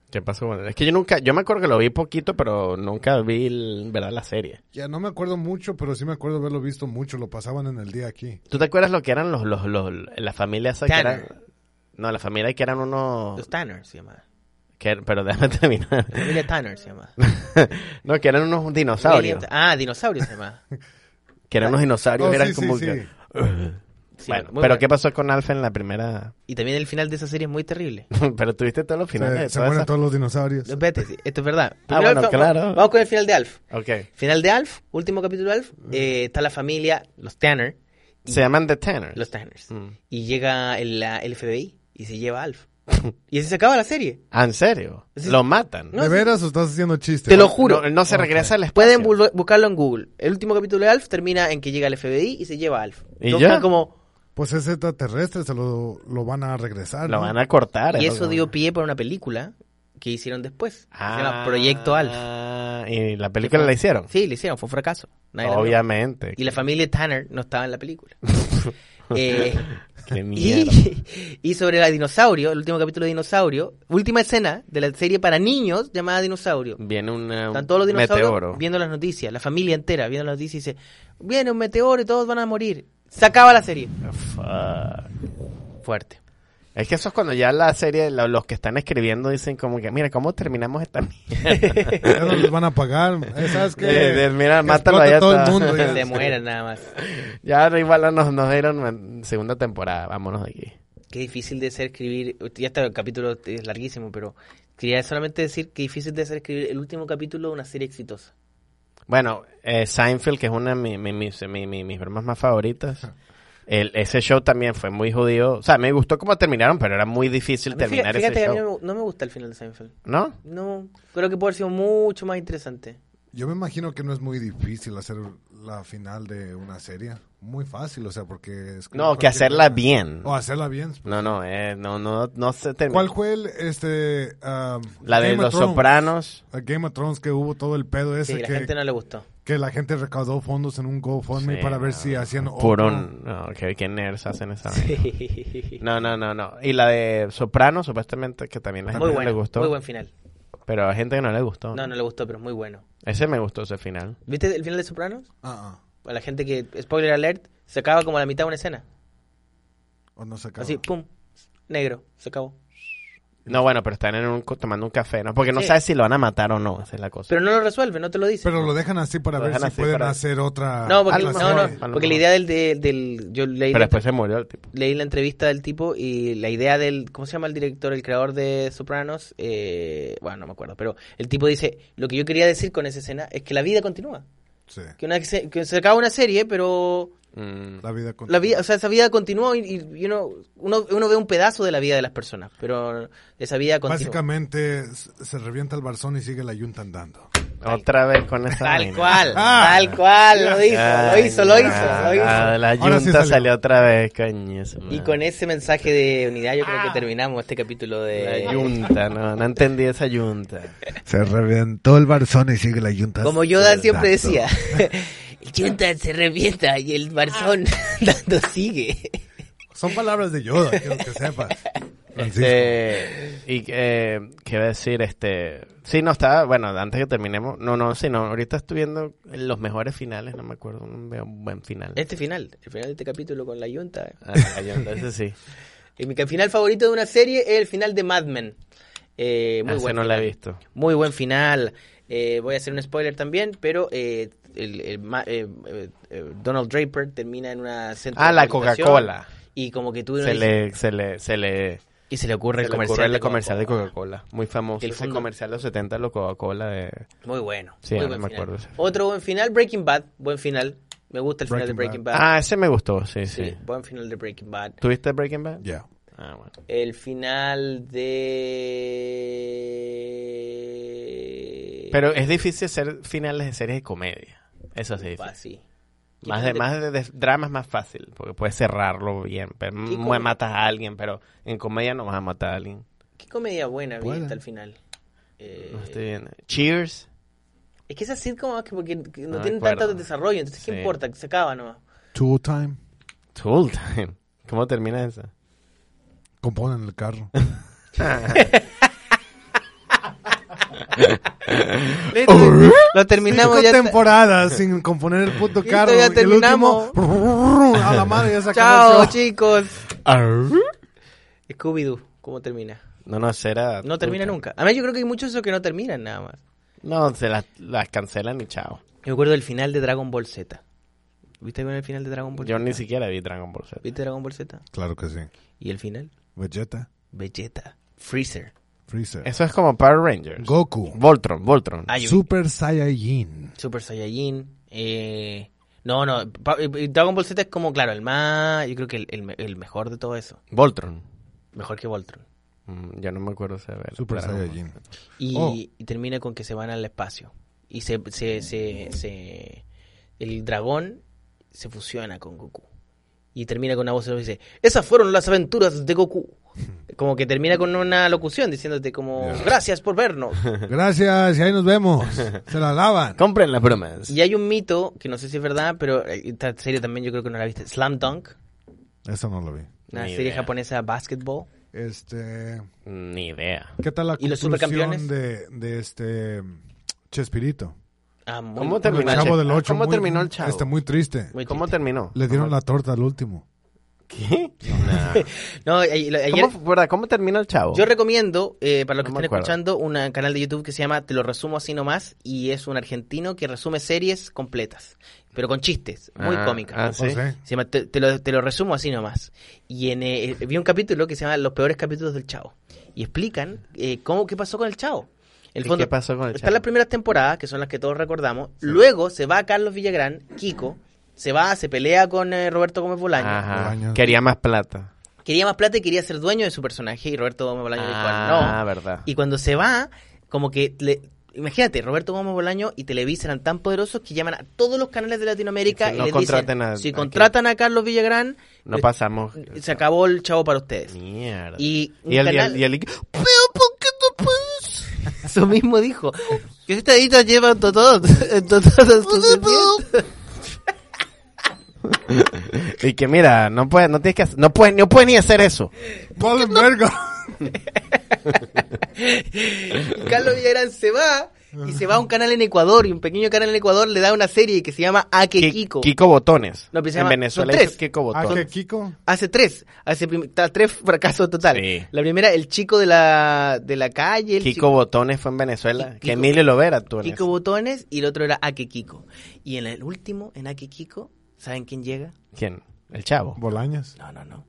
¿Qué pasó con él? Es que yo nunca, yo me acuerdo que lo vi poquito, pero nunca vi, el- ¿verdad? La serie. Ya no me acuerdo mucho, pero sí me acuerdo haberlo visto mucho. Lo pasaban en el día aquí. ¿Tú te acuerdas lo que eran los, los, los, la familia esa que Tanner. eran... No, la familia que eran unos... Los Tanner se llamaba. que- er, pero déjame terminar. La familia Tanner se llamaba. no, que eran unos dinosaurios. William- Ah, dinosaurio se llamaba. Que eran unos dinosaurios, Oh, eran sí, sí, como sí. que... Sí, Bueno, pero muy bueno. ¿qué pasó con Alf en la primera? Y también el final de esa serie es muy terrible. pero tuviste todos los finales. Se, de se todas mueren esas- todos los dinosaurios. No, espérate, sí, esto es verdad. Ah, bueno, vamos- claro. Vamos con el final de Alf. Ok. Final de Alf, último capítulo de Alf, Mm. eh, está la familia, los Tanner, Se llaman The Tanners. los Tanners. Mm. Y llega el, la- el FBI y se lleva a Alf. y así se acaba la serie. Ah, ¿En serio? Sí. Lo matan. No, ¿De sí. veras o estás haciendo chistes? Te lo juro. No, no se regresa al espacio. Pueden bu- buscarlo en Google. El último capítulo de Alf termina en que llega el FBI y se lleva a Alf. ¿Y Entonces ya? fue como, Pues ese extraterrestre se lo, lo van a regresar. Lo ¿no? van a cortar. y es eso lo que- dio pie para una película que hicieron después. que Ah, se llama Proyecto Alf. ¿Y la película la hicieron? Sí, le hicieron, fue un fracaso. Nadie la vio. Obviamente. Y la familia Tanner no estaba en la película. Eh, Qué mierda. y, y sobre la dinosaurio, el último capítulo de dinosaurio, última escena de la serie para niños llamada dinosaurio. Viene un, eh, Están todos los dinosaurios meteoro. viendo las noticias, la familia entera viendo las noticias y dice, viene un meteoro y todos van a morir. Se acaba la serie. Fuck. Fuerte. Es que eso es cuando ya la serie, lo- los que están escribiendo dicen como que, mira, ¿cómo terminamos esta mierda? Ya no les van a pagar. Eh, ¿Sabes qué? Eh, de- mira, Que mátalo, explote ya todo está. el mundo. ya. Se mueran nada más. ya igual nos, nos dieron una segunda temporada, vámonos de aquí. Qué difícil de ser escribir. Ya está, el capítulo es larguísimo, pero quería solamente decir que difícil de ser escribir el último capítulo de una serie exitosa. Bueno, eh, Seinfeld, que es una de mi- mi- mis, mi- mi- mis bromas más favoritas. El, ese show también fue muy judío. O sea, me gustó cómo terminaron, pero era muy difícil A mí, terminar fíjate, fíjate ese que a show. mí no me- no me gusta el final de Seinfeld. ¿No? No, creo que puede haber sido mucho más interesante. Yo me imagino que no es muy difícil hacer la final de una serie. Muy fácil, o sea, porque... es como No, que cualquier hacerla cosa. bien. O hacerla bien. No, no, eh, no, no, no se terminó. ¿Cuál fue el, este... um, La de Game Los of Thrones? Sopranos. A Game of Thrones que hubo todo el pedo Sí, ese la que, gente no le gustó. que la gente recaudó fondos en un GoFundMe Sí, para ver no, si hacían otro. Purón. No, que, que nerds hacen esa. vaina. No, no, no, no. Y la de Sopranos, supuestamente, que también la gente Muy no le bueno, gustó. muy buen final. Pero a gente que no le gustó. No, no le gustó, pero muy bueno. Ese me gustó, ese final. ¿Viste el final de Sopranos? Ah, ah. A la gente que, spoiler alert, se acaba como a la mitad de una escena. O no se acaba. Así, pum, negro, se acabó. No, bueno, pero están en un, co- tomando un café, ¿no? Porque no Sí. sabes si lo van a matar o no, esa es la cosa. Pero no lo resuelve, no te lo dice. Pero lo dejan así para Lo ver dejan si así pueden para- hacer otra... no, A porque, lo otra no, no, mejor, serie. a lo porque la mejor. idea del, del, del- yo leí, Pero la, después se murió el tipo. leí la entrevista del tipo y la idea del, ¿cómo se llama el director, el creador de Sopranos? Eh, bueno, no me acuerdo, pero el tipo dice, lo que yo quería decir con esa escena es que la vida continúa. Sí, Que, una, se- que se acaba una serie, pero Mm. la vida con... la vida, o sea, esa vida continúa y, y- y uno, uno, uno ve un pedazo de la vida de las personas, pero esa vida continúa. Básicamente s- se revienta el barzón y sigue la yunta andando. Otra vez con esa Tal vaina. cual, Ah. tal cual, lo hizo, lo Ay, hizo, lo hizo, ah, lo hizo. la Ahora yunta sí salió. salió. otra vez, coño. su Y madre. con ese mensaje de unidad yo Ah. creo que terminamos este capítulo La de... yunta, no, no entendí esa yunta. Se reventó el barzón y sigue la yunta Como Yoda siempre decía, El chunta se revienta y el barzón. dando sigue. Son palabras de Yoda, quiero que sepas. Francisco. Este, y eh, qué iba a decir, este, sí, no estaba, bueno, antes que terminemos, no, no, sí, no, ahorita estoy viendo los mejores finales, no me acuerdo, no veo un buen final. Este final, el final de este capítulo con la yunta. Ah, la yunta, ese sí. Y mi final favorito de una serie es el final de Mad Men. Eh, muy Ah, Ese bueno. no la he visto. Muy buen final. Eh, voy a hacer un spoiler también, pero eh, el, el ma- eh, eh, eh, Donald Draper termina en una centro Ah, de la rehabilitación Coca-Cola. Y como que tú Se le, se le, se le, y se le ocurre se le el comercial, ocurre el de comercial de Coca-Cola. Coca-Cola, muy famoso, El ese fondo- comercial de los 70, lo Coca-Cola de... Muy bueno. Sí, muy ahora buen me final. acuerdo ese. Otro buen final, Breaking Bad, buen final. Me gusta el final de Breaking Breaking Bad. Ah, ese me gustó, sí, sí. sí. buen final de Breaking Bad. ¿Tuviste Breaking Bad? Ya. Ah, bueno. El final de. Pero es difícil hacer finales de series de comedia. Eso sí. Ah, sí. Más de, más de, de drama es más fácil, porque puedes cerrarlo bien. Pero ¿Y mu- cómo? matas a alguien, pero en comedia no vas a matar a alguien. ¿Qué comedia buena vi Buena. hasta el final? Eh, No estoy viendo. Cheers. es que esas sitcom más que porque no, No tienen recuerdo. tanto desarrollo, entonces ¿qué Sí. importa? Que se acaba nomás. Tool time. Tool time. ¿Cómo termina esa? Componen el carro. Lo terminamos Cinco ya. temporadas sin componer el puto Listo, carro. ya y el terminamos. último, a la madre, ya se acabó Chao, el show. chicos. Scooby-Doo, ¿cómo termina? No, no, será. No termina Tool nunca. Además, yo creo que hay muchos de esos que no terminan nada más. Time. No, se las, las cancelan y chao. Yo me acuerdo del final de Dragon Ball Z. ¿Viste bien el final de Dragon Ball Yo Z? ni siquiera vi Dragon Ball Z. ¿Viste Dragon Ball Z? Claro que sí. ¿Y el final? Vegeta, Vegeta, Freezer. Freezer, Eso es como Power Rangers. Goku, Voltron, Voltron. Ah, yo- Super Saiyajin. Super Saiyajin. eh, no, no. pa- eh, Dragon Ball Z es como, claro, el más. Yo creo que el, el me- el mejor de todo eso. Voltron. Mejor que Voltron. Mm, Yo no me acuerdo si era Super Dragon Ball. Saiyajin. Y, Oh. y termina con que se van al espacio. Y se, se, se, se- El dragón se fusiona con Goku. Y termina con una voz que dice: Esas fueron las aventuras de Goku. Como que termina con una locución diciéndote, como, gracias por vernos. Gracias y ahí nos vemos. Se la lavan. Compren las bromas. Y hay un mito, que no sé si es verdad, pero eh, esta serie también yo creo que no la viste. Slam Dunk, Eso no lo vi. una Ni serie idea. japonesa basketball. Este, Ni idea. ¿qué tal la ¿Y los conclusión supercampeones? de, de este Chespirito? Ah, muy- ¿Cómo El terminó el chavo chavo? del ocho, ¿Cómo muy- terminó el chavo? Este, muy triste. muy ¿Cómo triste. terminó? Le dieron la torta al último. ¿Qué? Nah. No, a- ayer- ¿Cómo, fue- verdad, ¿Cómo termina el chavo? Yo recomiendo, eh, para los que No me están acuerdo. escuchando, una- un canal de YouTube que se llama Te lo resumo así nomás y es un argentino que resume series completas, pero con chistes, muy Ah, cómicas. ah, sí. José. Se llama te, te lo, te lo resumo así nomás. Y en, eh, vi un capítulo que se llama Los peores capítulos del Chavo. Y explican eh, cómo, qué pasó con el Chavo. En ¿Y qué pasó con el Están Chavo? las primeras temporadas, que son las que todos recordamos. Luego se va Carlos Villagrán, Kiko, se va, se pelea con eh, Roberto Gómez Bolaño. Ajá. Bolaños. Quería más plata. Quería más plata y quería ser dueño de su personaje y Roberto Gómez Bolaño dijo, Ah, no. verdad. Y cuando se va, como que le- Imagínate, Roberto Gómez Bolaño y Televisa eran tan poderosos que llaman a todos los canales de Latinoamérica Si y no les contraten dicen, a- si a contratan a Carlos Villagrán, No eh, pasamos. se acabó el chavo para ustedes. Mierda. Y, un Y el, y canal- el- y el- Pero ¿por qué no puedes? Eso mismo dijo. Que esta edita lleva todos y que mira, no puedes, no tienes que, hacer- no puedes, no puedes ni hacer eso. Valen verga. Carlos Villagrán se va y se va a un canal en Ecuador y un pequeño canal en Ecuador le da una serie que se llama Ake Ki- Kiko. Botones. No, pero se en llama- Venezuela son tres. es Kiko Ah, que Botones. Kiko. Hace tres, hace prim- ta- tres fracasos total. Sí. La primera, el chico de la, de la calle. El Kiko chico- Botones fue en Venezuela. Ki- que Kiko- Emilio Lovera tú en Kiko eso. Botones y el otro era Ake Kiko. Y en el último, en Ake Kiko, ¿saben quién llega? ¿Quién? El chavo. Bolaños. No, no, no.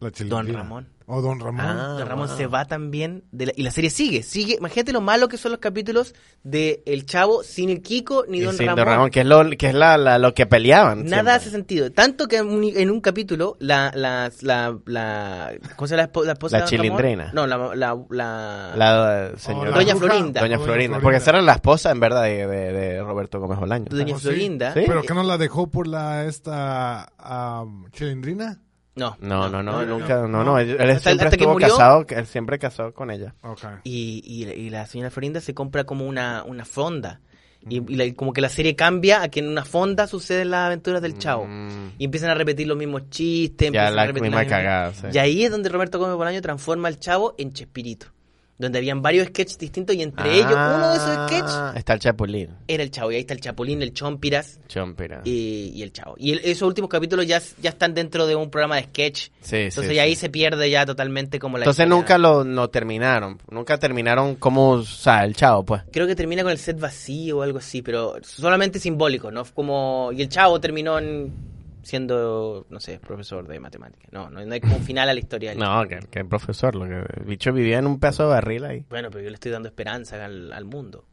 La chilindrina. Don Ramón. O Don Ah, Ramón. Don Ramón se va también de la- y la serie sigue, sigue. Imagínate lo malo que son los capítulos de El Chavo sin el Kiko ni Y Don sin Ramón. Don Ramón, que es lo que, es la, la- lo que peleaban. Nada hace siempre. sentido. Tanto que en un, en un capítulo la, la, la, la- ¿cómo se llama la, espo- la esposa La de Don Ramón? chilindrina. No, la, la, la- La eh, señora. Oh, la Doña bruja. Doña Florinda. Florinda. Doña Florinda. Porque esa era la esposa, en verdad, de, de- de Roberto Gómez Bolaño. Doña Oh, sí. Florinda. Sí. ¿Pero que no la dejó por la esta am, chilindrina? No, No, no, no, no. nunca, no, no, él, él Hasta- siempre hasta que estuvo murió. casado, él siempre casado con ella. Ok. Y, y, y la señora Florinda se compra como una, una fonda. Y, Mm. y la- como que la serie cambia a que en una fonda suceden las aventuras del Chavo. Mm. Y empiezan a repetir los mismos chistes. Ya empiezan a la repetir misma las mismas- cagada, sí. Y ahí es donde Roberto Gómez Bolaño transforma al Chavo en Chespirito. Donde habían varios sketches distintos y entre ellos uno de esos sketches Ah, Está el Chapulín, era el Chavo. Y ahí está el Chapulín, el Chompiras Chompera. y, y el Chavo. Y el- esos últimos capítulos ya, ya están dentro de un programa de sketch. Sí, Entonces sí, ya sí. ahí se pierde ya totalmente como la Entonces historia. nunca lo, no terminaron, nunca terminaron como, o sea, el chavo, pues. Creo que termina con el set vacío o algo así, pero solamente simbólico, ¿no? Como... Y el chavo terminó en- siendo, no sé, profesor de matemáticas. No, no, no hay como un final a la historia. del- No, que, que el profesor, lo que, el bicho vivía en un pedazo de barril ahí. Bueno, pero yo le estoy dando esperanza al, al mundo.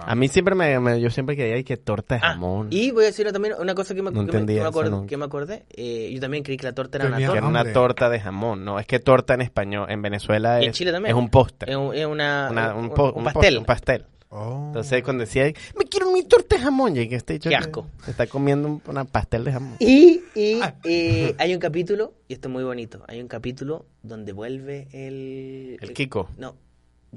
A mí siempre me, me- yo siempre quería ay, que torta de Ah, jamón. y voy a decir también una cosa que me, No que me- que entendía eso me acordé. nunca. que me acordé. Eh, yo también creí que la torta era una Tenía- Que torta. era una Hombre. torta de jamón, no, es que torta en español, en Venezuela Y es, en Chile también. es un postre. Es un- es una, Una- un, un- po- un un pastel. postre, un pastel. Oh. Entonces cuando decía, me quiero mi torta de jamón, y que este dicho Qué asco. se está comiendo un una pastel de jamón. Y, y, Ah. eh, hay un capítulo, y esto es muy bonito, hay un capítulo donde vuelve el... El Kiko. No.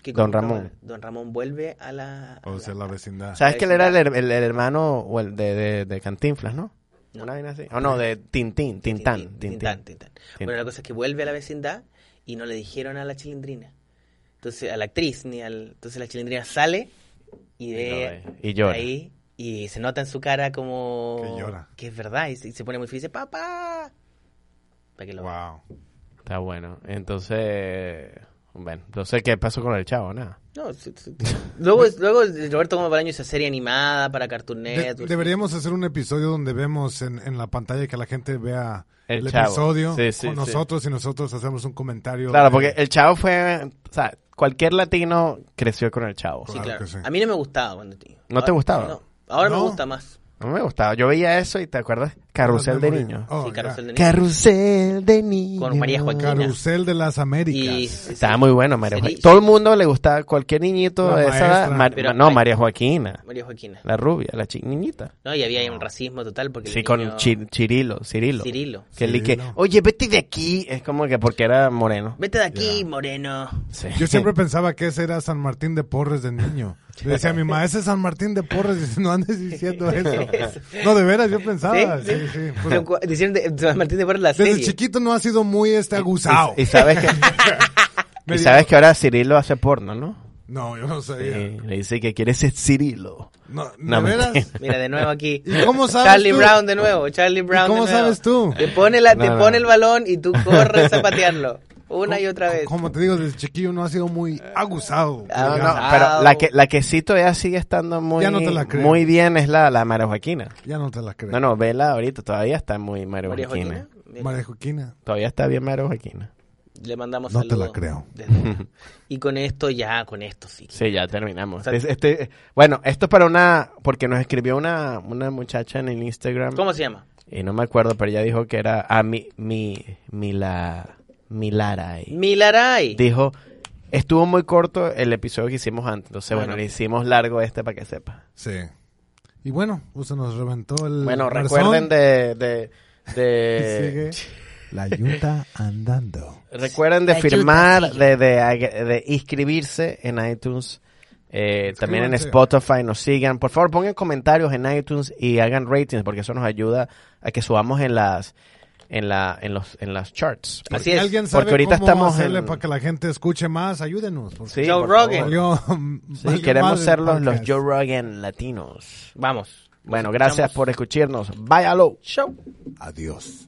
Kiko Don nunca Ramón. vuelve. Don Ramón vuelve a la... a O sea, Oh, la Ah, vecindad. ¿Sabes que él era el, her- el- el hermano o el de, de, de Cantinflas, no? Una vaina así. O no, de Tintín, Tintán, Tintán, Tintán. Tintán. Bueno, la cosa es que vuelve a la vecindad y no le dijeron a la chilindrina. Entonces, a la actriz, ni al... Entonces la chilindrina sale y ve... lo ve, y llora. Eh, Ahí, y se nota en su cara como... Que llora. Que es verdad, y se, y se pone muy feliz y dice, ¡Papá! Para que lo vea. Wow. Está bueno. Entonces, bueno, entonces, ¿qué pasó con el chavo? Nada. No, sí, sí. luego, luego el Roberto Gómez Bolaño hizo serie animada para Cartoon Eh, De- Network. deberíamos hacer un episodio donde vemos en, en la pantalla que la gente vea El el, chavo. episodio Sí, sí, con sí. nosotros y nosotros hacemos un comentario. Claro, de- porque el chavo fue, o sea, cualquier latino creció con el chavo. Sí, Claro claro. que sí. A mí no me gustaba cuando tío. ¿No te gustaba? No. Ahora me No. gusta más. No me gustaba. Yo veía eso y te acuerdas, Carrusel de Memoria. niños. Oh, sí, ya. Carrusel de Niños. Carrusel de niños. Con María Joaquina. Carrusel de las Y- Américas. Estaba muy bueno, María Sí. Joaquina. Todo el mundo le gustaba, cualquier niñito La de esa edad. maestra. Mar- Pero- no, María Joaquina. María Joaquina. La rubia, la chi- niñita. No, y había ahí un racismo total porque el Sí, con niño- Chi- Chirilo, Cirilo. Cirilo. Que le que, Cirilo. oye, vete de aquí. Es como que porque era moreno. Vete de aquí, moreno. Sí. Yo siempre pensaba que ese era San Martín de Porres de niño. Le decía a mi mamá, ese es San Martín de Porres, dice, no andes diciendo eso. No, de veras, yo pensaba. Sí, Sí, sí. Pues, Son cua- Dicieron de, de San Martín de Porres la desde serie. chiquito no ha sido muy este aguzado. Y sabes que, y sabes que ahora Cirilo hace porno, ¿no? No, yo no sabía. Eh, le dice que quiere ser Cirilo. No, ¿De No, veras? mentira. Mira, de nuevo aquí. ¿Y cómo sabes Charlie tú? Brown de nuevo, Charlie Brown. de cómo nuevo. sabes tú? Te pone, la, te No, no. pone el balón y tú corres a patearlo. Una y otra Co- vez. Como te digo, desde chiquillo no ha sido muy aguzado. Ah, No, no, no, no. pero la que, la que sí todavía sigue estando muy, Ya no te la creo. muy bien es la, la María Joaquina. Ya no te la creo. No, no, vela ahorita, todavía está muy María María Joaquina. Joaquina. mira, María Joaquina. Todavía está bien María Joaquina. Le mandamos No te saludos la creo. desde acá. Y con esto ya, con esto sí. Sí, ya terminamos. O sea, Es- este, bueno, esto es para una, porque nos escribió una, una muchacha en el Instagram. ¿Cómo se llama? Y no me acuerdo, pero ella dijo que era a mi, mi, mi la, mi Lara. Y Milaray. Dijo, estuvo muy corto el episodio que hicimos antes. Entonces, bueno, Bueno. le hicimos largo este para que sepa. Sí. Y bueno, pues se nos reventó el. Bueno, garzón. recuerden de, de, de- Sigue la yunta andando. Recuerden de La firmar, yuta, de, de, ag- de inscribirse en iTunes, eh, también en Suscríbanse. Spotify, nos sigan. Por favor, pongan comentarios en iTunes y hagan ratings, porque eso nos ayuda a que subamos en las en la en los en las charts. Así es. ¿Alguien sabe Porque ahorita cómo estamos hacerle en- para que la gente escuche más? Ayúdenos. porque Sí, Joe por Rogan. favor. valió- Sí, valió queremos madre el ser los, los podcast. Joe Rogan latinos. Vamos. Bueno, Nos gracias escuchamos. por escucharnos. Bye, aló. Show. Adiós.